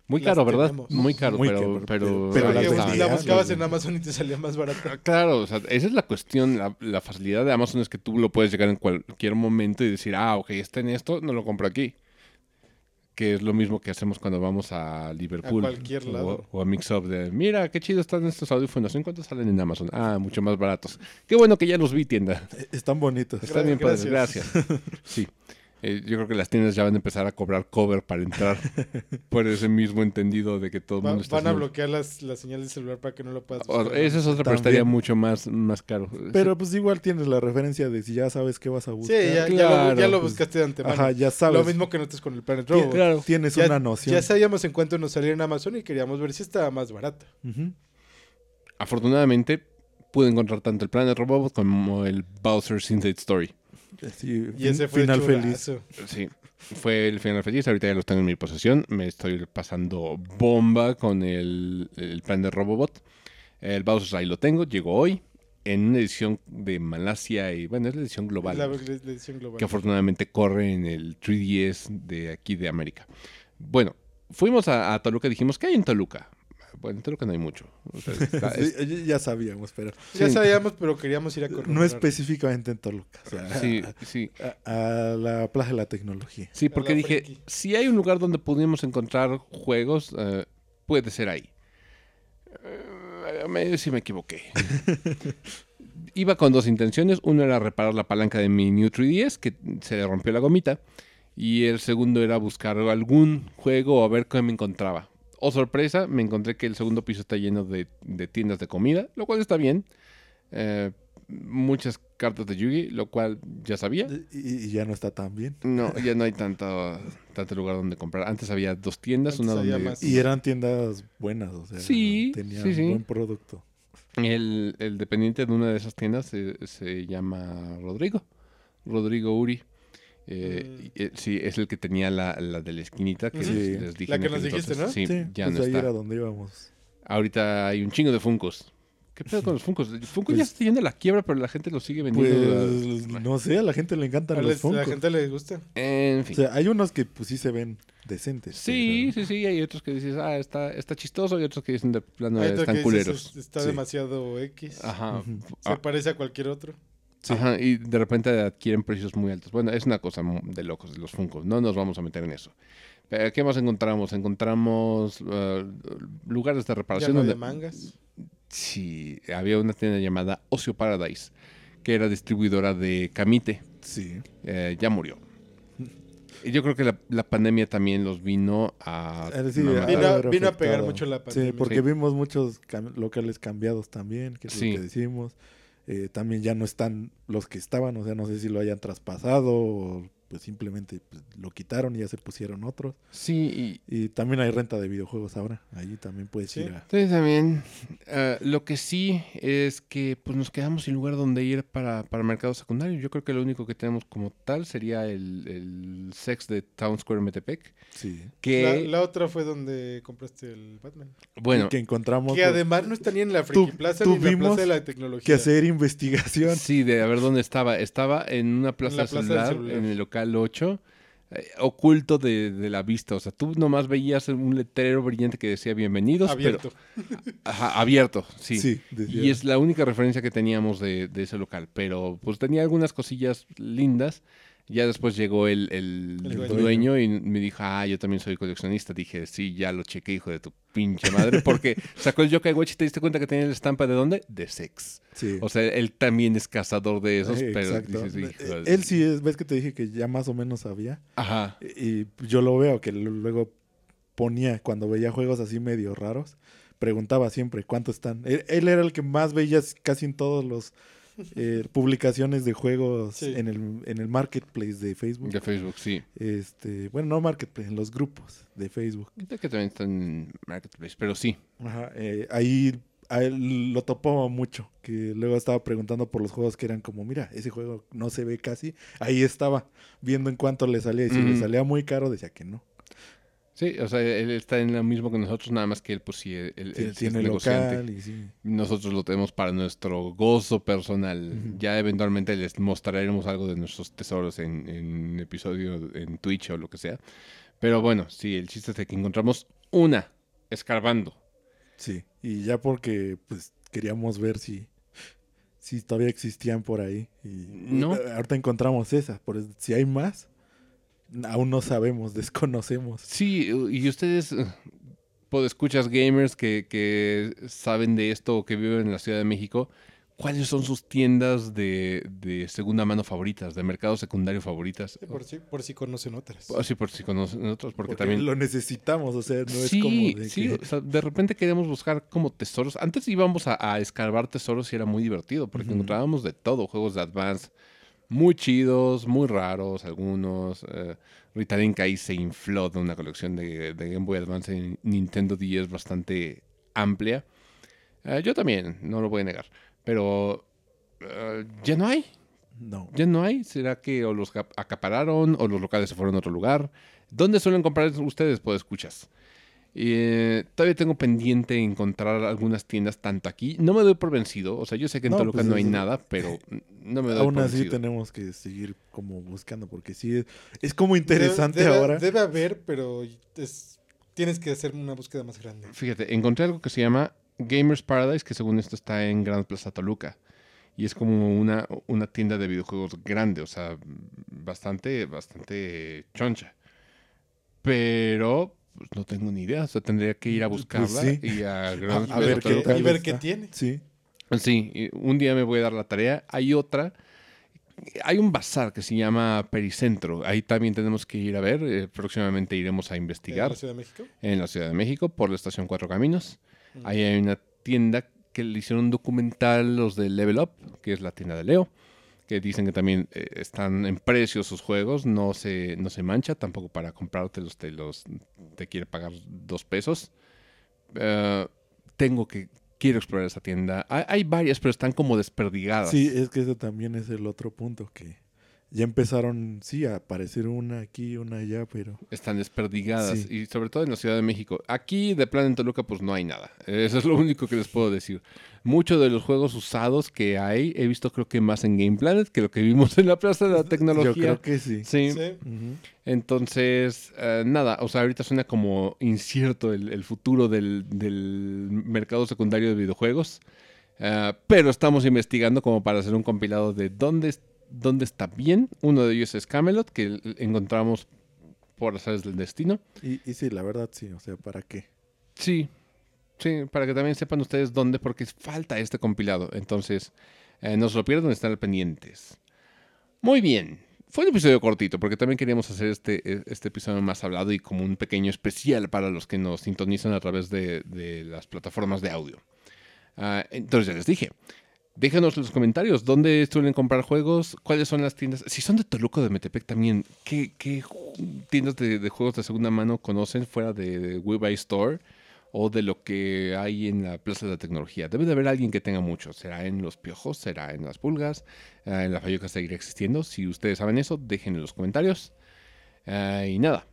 Speaker 1: muy
Speaker 2: las
Speaker 1: caro, ¿verdad?
Speaker 2: tenemos.
Speaker 1: Muy caro,
Speaker 3: Muy
Speaker 1: pero,
Speaker 3: caro,
Speaker 1: pero,
Speaker 3: pero
Speaker 1: ahí
Speaker 2: Porque
Speaker 3: las Ah,
Speaker 1: estaban.
Speaker 2: bus- la
Speaker 3: vendía, las
Speaker 2: buscabas en
Speaker 3: vendía.
Speaker 2: Amazon y te salía más barata.
Speaker 1: Claro, o sea, esa es la cuestión, la, la facilidad de Amazon es que tú lo puedes llegar en cualquier momento y decir, ah, ok, está en esto, no lo compro aquí. que es lo mismo que hacemos cuando vamos a Liverpool
Speaker 2: A cualquier
Speaker 1: o,
Speaker 2: lado.
Speaker 1: o a Mix Up de, mira, qué chido están estos audífonos, ¿en cuánto salen en Amazon? Ah, mucho más baratos. Qué bueno que ya los vi, tienda.
Speaker 3: Eh, Están bonitos.
Speaker 1: Está
Speaker 2: Gra-
Speaker 1: bien, padre, gracias. [laughs] Sí. Eh, yo creo que las tiendas ya van a empezar a cobrar cover para entrar por ese mismo entendido de que todo el
Speaker 2: Va-
Speaker 1: mundo está
Speaker 2: van a
Speaker 1: haciendo-
Speaker 2: bloquear las, la señal del celular para que no lo puedas
Speaker 1: O-
Speaker 2: buscar.
Speaker 1: Esa es otra, pero estaría
Speaker 3: También.
Speaker 1: mucho más, más caro.
Speaker 3: Pero pues igual tienes la referencia de si ya sabes qué vas a
Speaker 2: Sí,
Speaker 3: buscar.
Speaker 2: ya, ya lo- ya
Speaker 1: Claro,
Speaker 2: lo,
Speaker 3: pues,
Speaker 2: buscaste de antemano.
Speaker 3: Ajá, ya sabes.
Speaker 2: Lo mismo que notas con el Planet
Speaker 3: Ti-
Speaker 2: Robot.
Speaker 1: Claro.
Speaker 3: Tienes
Speaker 2: Ya-
Speaker 3: una noción.
Speaker 2: Ya sabíamos en cuánto nos salía en Amazon y queríamos ver si estaba más barata.
Speaker 3: Ujú.
Speaker 1: Afortunadamente, pude encontrar tanto el Planet Robot como el Bowser Synthate Story.
Speaker 3: Sí,
Speaker 2: Y ese
Speaker 3: fin-
Speaker 2: fue
Speaker 3: final feliz.
Speaker 2: chulazo.
Speaker 1: Sí, fue el final feliz. Ahorita ya los tengo en mi posesión. Me estoy pasando bomba con el, el Planet Robobot. El Bowser ahí lo tengo, llegó hoy. En una edición de Malasia y bueno, es la edición global.
Speaker 2: Es la, la- la edición global.
Speaker 1: que afortunadamente corre en el 3DS de aquí de América. Bueno, fuimos a, a Toluca, dijimos, ¿qué hay en Toluca? Bueno, en Toluca no hay mucho. O sea,
Speaker 2: Ah,
Speaker 1: está- es-
Speaker 3: Pues Sí, ya- ya sabíamos, pero
Speaker 2: Ya
Speaker 1: sí.
Speaker 2: sabíamos, pero queríamos ir a correr.
Speaker 3: no específicamente en Toluca. o sea,
Speaker 1: sí, sí.
Speaker 3: a, a la Plaza de la Tecnología.
Speaker 1: Sí, porque
Speaker 2: la
Speaker 1: dije,
Speaker 2: friki.
Speaker 1: si hay un lugar donde pudimos encontrar juegos, eh, puede ser ahí. Eh, medio sí me equivoqué. Iba con dos intenciones. Uno era reparar la palanca de mi New 3DS, que se le rompió la gomita. Y el segundo era buscar algún juego o a ver qué me encontraba. Oh, sorpresa, me encontré que el segundo piso está lleno de, de tiendas de comida, lo cual está bien. Eh, muchas cartas de Yugi, lo cual ya sabía.
Speaker 3: Y, y ya no está tan bien.
Speaker 1: No, ya no hay tanto, tanto lugar donde comprar. Antes había dos tiendas,
Speaker 2: Antes
Speaker 1: una
Speaker 2: había
Speaker 1: donde
Speaker 2: más.
Speaker 3: Y eran tiendas buenas, o sea,
Speaker 1: Sí,
Speaker 3: tenían
Speaker 1: sí, sí.
Speaker 3: buen producto.
Speaker 1: el, el dependiente de una de esas tiendas se, se llama Rodrigo. Rodrigo Uri.
Speaker 2: Mm.
Speaker 1: Eh, y, eh, sí, es el que tenía la, la de la esquinita que
Speaker 3: Sí.
Speaker 1: les, les dije.
Speaker 2: La
Speaker 1: en
Speaker 2: que
Speaker 1: aquel
Speaker 2: nos dijiste,
Speaker 1: entonces.
Speaker 3: Sí,
Speaker 1: Sí, ya
Speaker 3: pues
Speaker 1: no
Speaker 3: ahí
Speaker 1: está.
Speaker 3: era donde íbamos.
Speaker 1: Ahorita hay un chingo de Funcos. ¿Qué pedo con los Funcos? Funko ya
Speaker 3: Pues-
Speaker 1: está yendo a la quiebra, pero la gente los sigue vendiendo.
Speaker 3: Pues no sé, a la gente le
Speaker 2: A
Speaker 3: encantan
Speaker 2: la,
Speaker 3: los
Speaker 2: a la
Speaker 3: Funko.
Speaker 2: gente le gusta.
Speaker 1: En
Speaker 3: O
Speaker 1: fin.
Speaker 3: sea, hay unos que pues sí se ven decentes.
Speaker 1: Sí,
Speaker 3: pero-
Speaker 1: sí, sí. Hay otros que dices, ah, está, está chistoso. Y otros que dicen de plano,
Speaker 2: Hay otro que
Speaker 1: están
Speaker 2: dices,
Speaker 1: culeros.
Speaker 2: "Es- está
Speaker 3: Sí.
Speaker 2: demasiado X.
Speaker 1: Ajá.
Speaker 3: Ujú.
Speaker 2: Se
Speaker 1: Ah,
Speaker 2: parece a cualquier otro.
Speaker 1: Ajá, y de repente adquieren precios muy altos. Bueno, es una cosa mu- de locos, los Funko. No nos vamos a meter en eso. Eh, ¿Qué más encontramos? Encontramos eh, lugares de
Speaker 2: Ya
Speaker 1: reparación
Speaker 2: no
Speaker 1: donde
Speaker 2: de mangas.
Speaker 1: sí, había una tienda llamada Ocio Paradise, que era distribuidora de Camite.
Speaker 3: Sí.
Speaker 1: Eh, ya murió. Y yo creo que la, la pandemia también los vino a...
Speaker 3: Es decir,
Speaker 1: a matar.
Speaker 3: ha de
Speaker 2: Vino-
Speaker 3: haber
Speaker 2: vino a
Speaker 3: afectado.
Speaker 2: pegar mucho la
Speaker 3: Sí,
Speaker 2: pandemia.
Speaker 3: porque
Speaker 1: Ah, Sí.
Speaker 3: vimos muchos cam- locales cambiados también, que es
Speaker 1: Sí.
Speaker 3: lo que decimos. Eh, también ya no están los que estaban, o sea, no sé si lo hayan traspasado o pues simplemente pues, lo quitaron y ya se pusieron otros.
Speaker 1: sí, y,
Speaker 3: Y también hay renta de videojuegos ahora. Ahí también puedes
Speaker 2: Sí.
Speaker 3: ir a...
Speaker 1: Sí, también. Ah, lo que sí es que pues nos quedamos sin lugar donde ir para, para mercado secundario. Yo creo que lo único que tenemos como tal sería el, el sex de Town Square Metepec.
Speaker 3: Sí.
Speaker 2: La,
Speaker 1: Que,
Speaker 2: la otra fue donde compraste el Batman.
Speaker 1: bueno,
Speaker 3: que encontramos
Speaker 2: Que
Speaker 3: lo-
Speaker 2: además no está ni en la Friki
Speaker 3: Tu-
Speaker 2: Plaza ni en la
Speaker 3: tuvimos
Speaker 2: Plaza de la Tecnología.
Speaker 3: que hacer investigación.
Speaker 1: sí, de a ver dónde estaba. Estaba en una plaza,
Speaker 2: la plaza del
Speaker 1: celular,
Speaker 2: celular.
Speaker 1: en el local 8, eh, oculto de, de la vista. O sea, tú nomás veías un letrero brillante que decía bienvenidos. pero-
Speaker 2: Abierto.
Speaker 1: ajá, abierto, sí.
Speaker 3: Sí, decía.
Speaker 1: Y es la única referencia que teníamos de, de ese local. Pero pues tenía algunas cosillas lindas. Ya después llegó el, el
Speaker 2: El
Speaker 1: dueño.
Speaker 2: dueño.
Speaker 1: y me dijo, ah, yo también soy coleccionista. Dije, sí, ya lo chequé, hijo de tu pinche madre.
Speaker 3: [laughs]
Speaker 1: Porque sacó el Yokai Watch y te diste cuenta que tenía la estampa de dónde? De sex.
Speaker 3: Sí.
Speaker 1: O sea, él también es cazador de esos,
Speaker 3: Eh,
Speaker 1: pero
Speaker 3: exacto.
Speaker 1: dices, hijo
Speaker 3: Eh,
Speaker 1: de-
Speaker 3: Él sí es, ves que te dije que ya más o menos sabía.
Speaker 1: Ajá.
Speaker 3: Y yo lo veo que lu- luego ponía, cuando veía juegos así medio raros, preguntaba siempre cuántos están. Él, él era el que más veías casi en todos los
Speaker 2: [laughs]
Speaker 3: eh, publicaciones de juegos
Speaker 2: Sí.
Speaker 3: en, el, en el marketplace de Facebook.
Speaker 1: De Facebook, sí.
Speaker 3: Este, bueno, no marketplace, en los grupos de Facebook.
Speaker 1: Ahorita que también están en Marketplace, pero sí.
Speaker 3: Ajá, eh, ahí a él lo topaba mucho, que luego estaba preguntando por los juegos que eran como, mira, ese juego no se ve casi. Ahí estaba viendo en cuánto le salía y si le
Speaker 1: Ujú.
Speaker 3: salía muy caro decía que no.
Speaker 1: Sí, o sea, él está en lo mismo que nosotros, nada más que él, pues sí, él, él
Speaker 3: Sí,
Speaker 1: sí es
Speaker 3: tiene
Speaker 1: negociante.
Speaker 3: local y sí.
Speaker 1: Nosotros lo tenemos para nuestro gozo personal.
Speaker 3: Ujú.
Speaker 1: Ya eventualmente les mostraremos algo de nuestros tesoros en, en episodio en Twitch o lo que sea. Pero bueno, sí, el chiste es de que encontramos una escarbando.
Speaker 3: Sí, y ya porque pues queríamos ver si, si todavía existían por ahí. Y eh,
Speaker 1: No.
Speaker 3: ahorita encontramos esa, por, eso, si hay más, aún no sabemos, [laughs] desconocemos.
Speaker 1: Sí, y ustedes, pues escuchas gamers que, que saben de esto o que viven en la Ciudad de México, ¿cuáles son sus tiendas de, de segunda mano favoritas, de mercado secundario favoritas?
Speaker 2: Sí, por, si, por si conocen otras.
Speaker 3: Pues,
Speaker 1: Por- Sí, por si conocen otros, porque, también...
Speaker 3: lo necesitamos, o sea, no
Speaker 1: sí,
Speaker 3: es como de
Speaker 1: sí,
Speaker 3: que-
Speaker 1: o sea, de repente queríamos buscar como tesoros. Antes íbamos a, a escarbar tesoros y era muy divertido, porque
Speaker 3: Ujú.
Speaker 1: encontrábamos de todo, juegos de Advance, muy chidos, muy raros, algunos. Eh, Ritalin ahí se infló de una colección de, de Game Boy Advance y Nintendo DS bastante amplia. Eh, yo también, no lo voy a negar, pero eh, ya no hay.
Speaker 3: no.
Speaker 1: Ya no hay. ¿Será que o los cap- acapararon o los locales se fueron a otro lugar? ¿Dónde suelen comprar ustedes? Pues escuchas. Eh, todavía tengo pendiente encontrar algunas tiendas tanto aquí. No me doy por vencido. O sea, yo sé que en
Speaker 3: No,
Speaker 1: Toluca
Speaker 3: pues,
Speaker 1: no hay
Speaker 3: es-
Speaker 1: nada,
Speaker 3: [laughs]
Speaker 1: pero no me doy
Speaker 3: Aún
Speaker 1: por
Speaker 3: así
Speaker 1: vencido.
Speaker 3: tenemos que seguir como buscando porque sí es, es como
Speaker 2: Debe-
Speaker 3: interesante
Speaker 2: debe-
Speaker 3: ahora.
Speaker 2: Debe haber, pero es- tienes que hacer una búsqueda más grande.
Speaker 1: Fíjate, encontré algo que se llama Gamers Paradise, que según esto está en Grand Plaza Toluca. Y es como una, una tienda de videojuegos grande, o sea, bastante, bastante choncha. Pero pues, no tengo ni idea, o sea, tendría que ir a buscarla
Speaker 3: Pues sí.
Speaker 1: y
Speaker 3: [laughs]
Speaker 1: a Grand
Speaker 3: A
Speaker 1: Plaza
Speaker 3: ver qué
Speaker 1: Toluca.
Speaker 3: tal
Speaker 2: y ver
Speaker 3: está.
Speaker 2: qué tiene.
Speaker 3: Sí.
Speaker 1: Sí, y un día me voy a dar la tarea. Hay otra. Hay un bazar que se llama Pericentro. Ahí también tenemos que ir a ver. eh, próximamente iremos a
Speaker 2: en
Speaker 1: investigar
Speaker 2: la Ciudad de México.
Speaker 1: en la Ciudad de México por la estación Cuatro Caminos. Ahí hay una tienda que le hicieron un documental los de Level Up, que es la tienda de Leo, que dicen que también eh, están en precio sus juegos, no se, no se mancha, tampoco para comprártelos te, los, te quiere pagar dos pesos. Eh, tengo que, quiero explorar esa tienda. Hay, hay varias, pero están como desperdigadas.
Speaker 3: Sí, es que ese también es el otro punto que ya empezaron, sí, a aparecer una aquí, una allá, pero
Speaker 1: Están desperdigadas.
Speaker 3: Sí.
Speaker 1: Y sobre todo en la Ciudad de México. Aquí, de plan en Toluca, pues no hay nada. Eso es lo único que les puedo decir. Muchos de los juegos usados que hay, he visto creo que más en Game Planet que lo que vimos en la Plaza de la Tecnología.
Speaker 3: yo creo que sí.
Speaker 1: Sí.
Speaker 2: Sí.
Speaker 3: Ujú.
Speaker 1: Entonces, eh, nada. O sea, ahorita suena como incierto el, el futuro del, del mercado secundario de videojuegos. Eh, pero estamos investigando como para hacer un compilado de dónde, es- dónde está bien. Uno de ellos es Camelot, que l- encontramos por azares del destino.
Speaker 3: Y, y sí, la verdad sí, o sea, ¿para qué?
Speaker 1: Sí, sí, para que también sepan ustedes dónde, porque falta este compilado. Entonces, eh, no se lo pierdan, están al pendientes. Muy bien. Fue un episodio cortito, porque también queríamos hacer este, e- este episodio más hablado y como un pequeño especial para los que nos sintonizan a través de, de las plataformas de audio. Ah, entonces ya les dije, déjanos en los comentarios dónde suelen comprar juegos, cuáles son las tiendas. Si son de Toluca o de Metepec también, ¿qué, qué ju- tiendas de, de juegos de segunda mano conocen fuera de, de We Buy Store? o de lo que hay en la Plaza de la Tecnología. Debe de haber alguien que tenga mucho. Será en los piojos, será en las pulgas, eh, en la falloca seguirá existiendo. Si ustedes saben eso, déjenlo en los comentarios. Eh, y nada,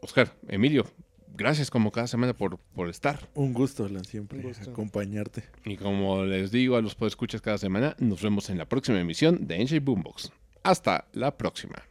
Speaker 1: Oscar, Emilio, gracias como cada semana por, por estar.
Speaker 3: Un gusto, Alan, siempre
Speaker 2: Un gusto.
Speaker 3: acompañarte.
Speaker 1: Y como les digo a los podescuchas cada semana, nos vemos en la próxima emisión de NJ Boombox. Hasta la próxima.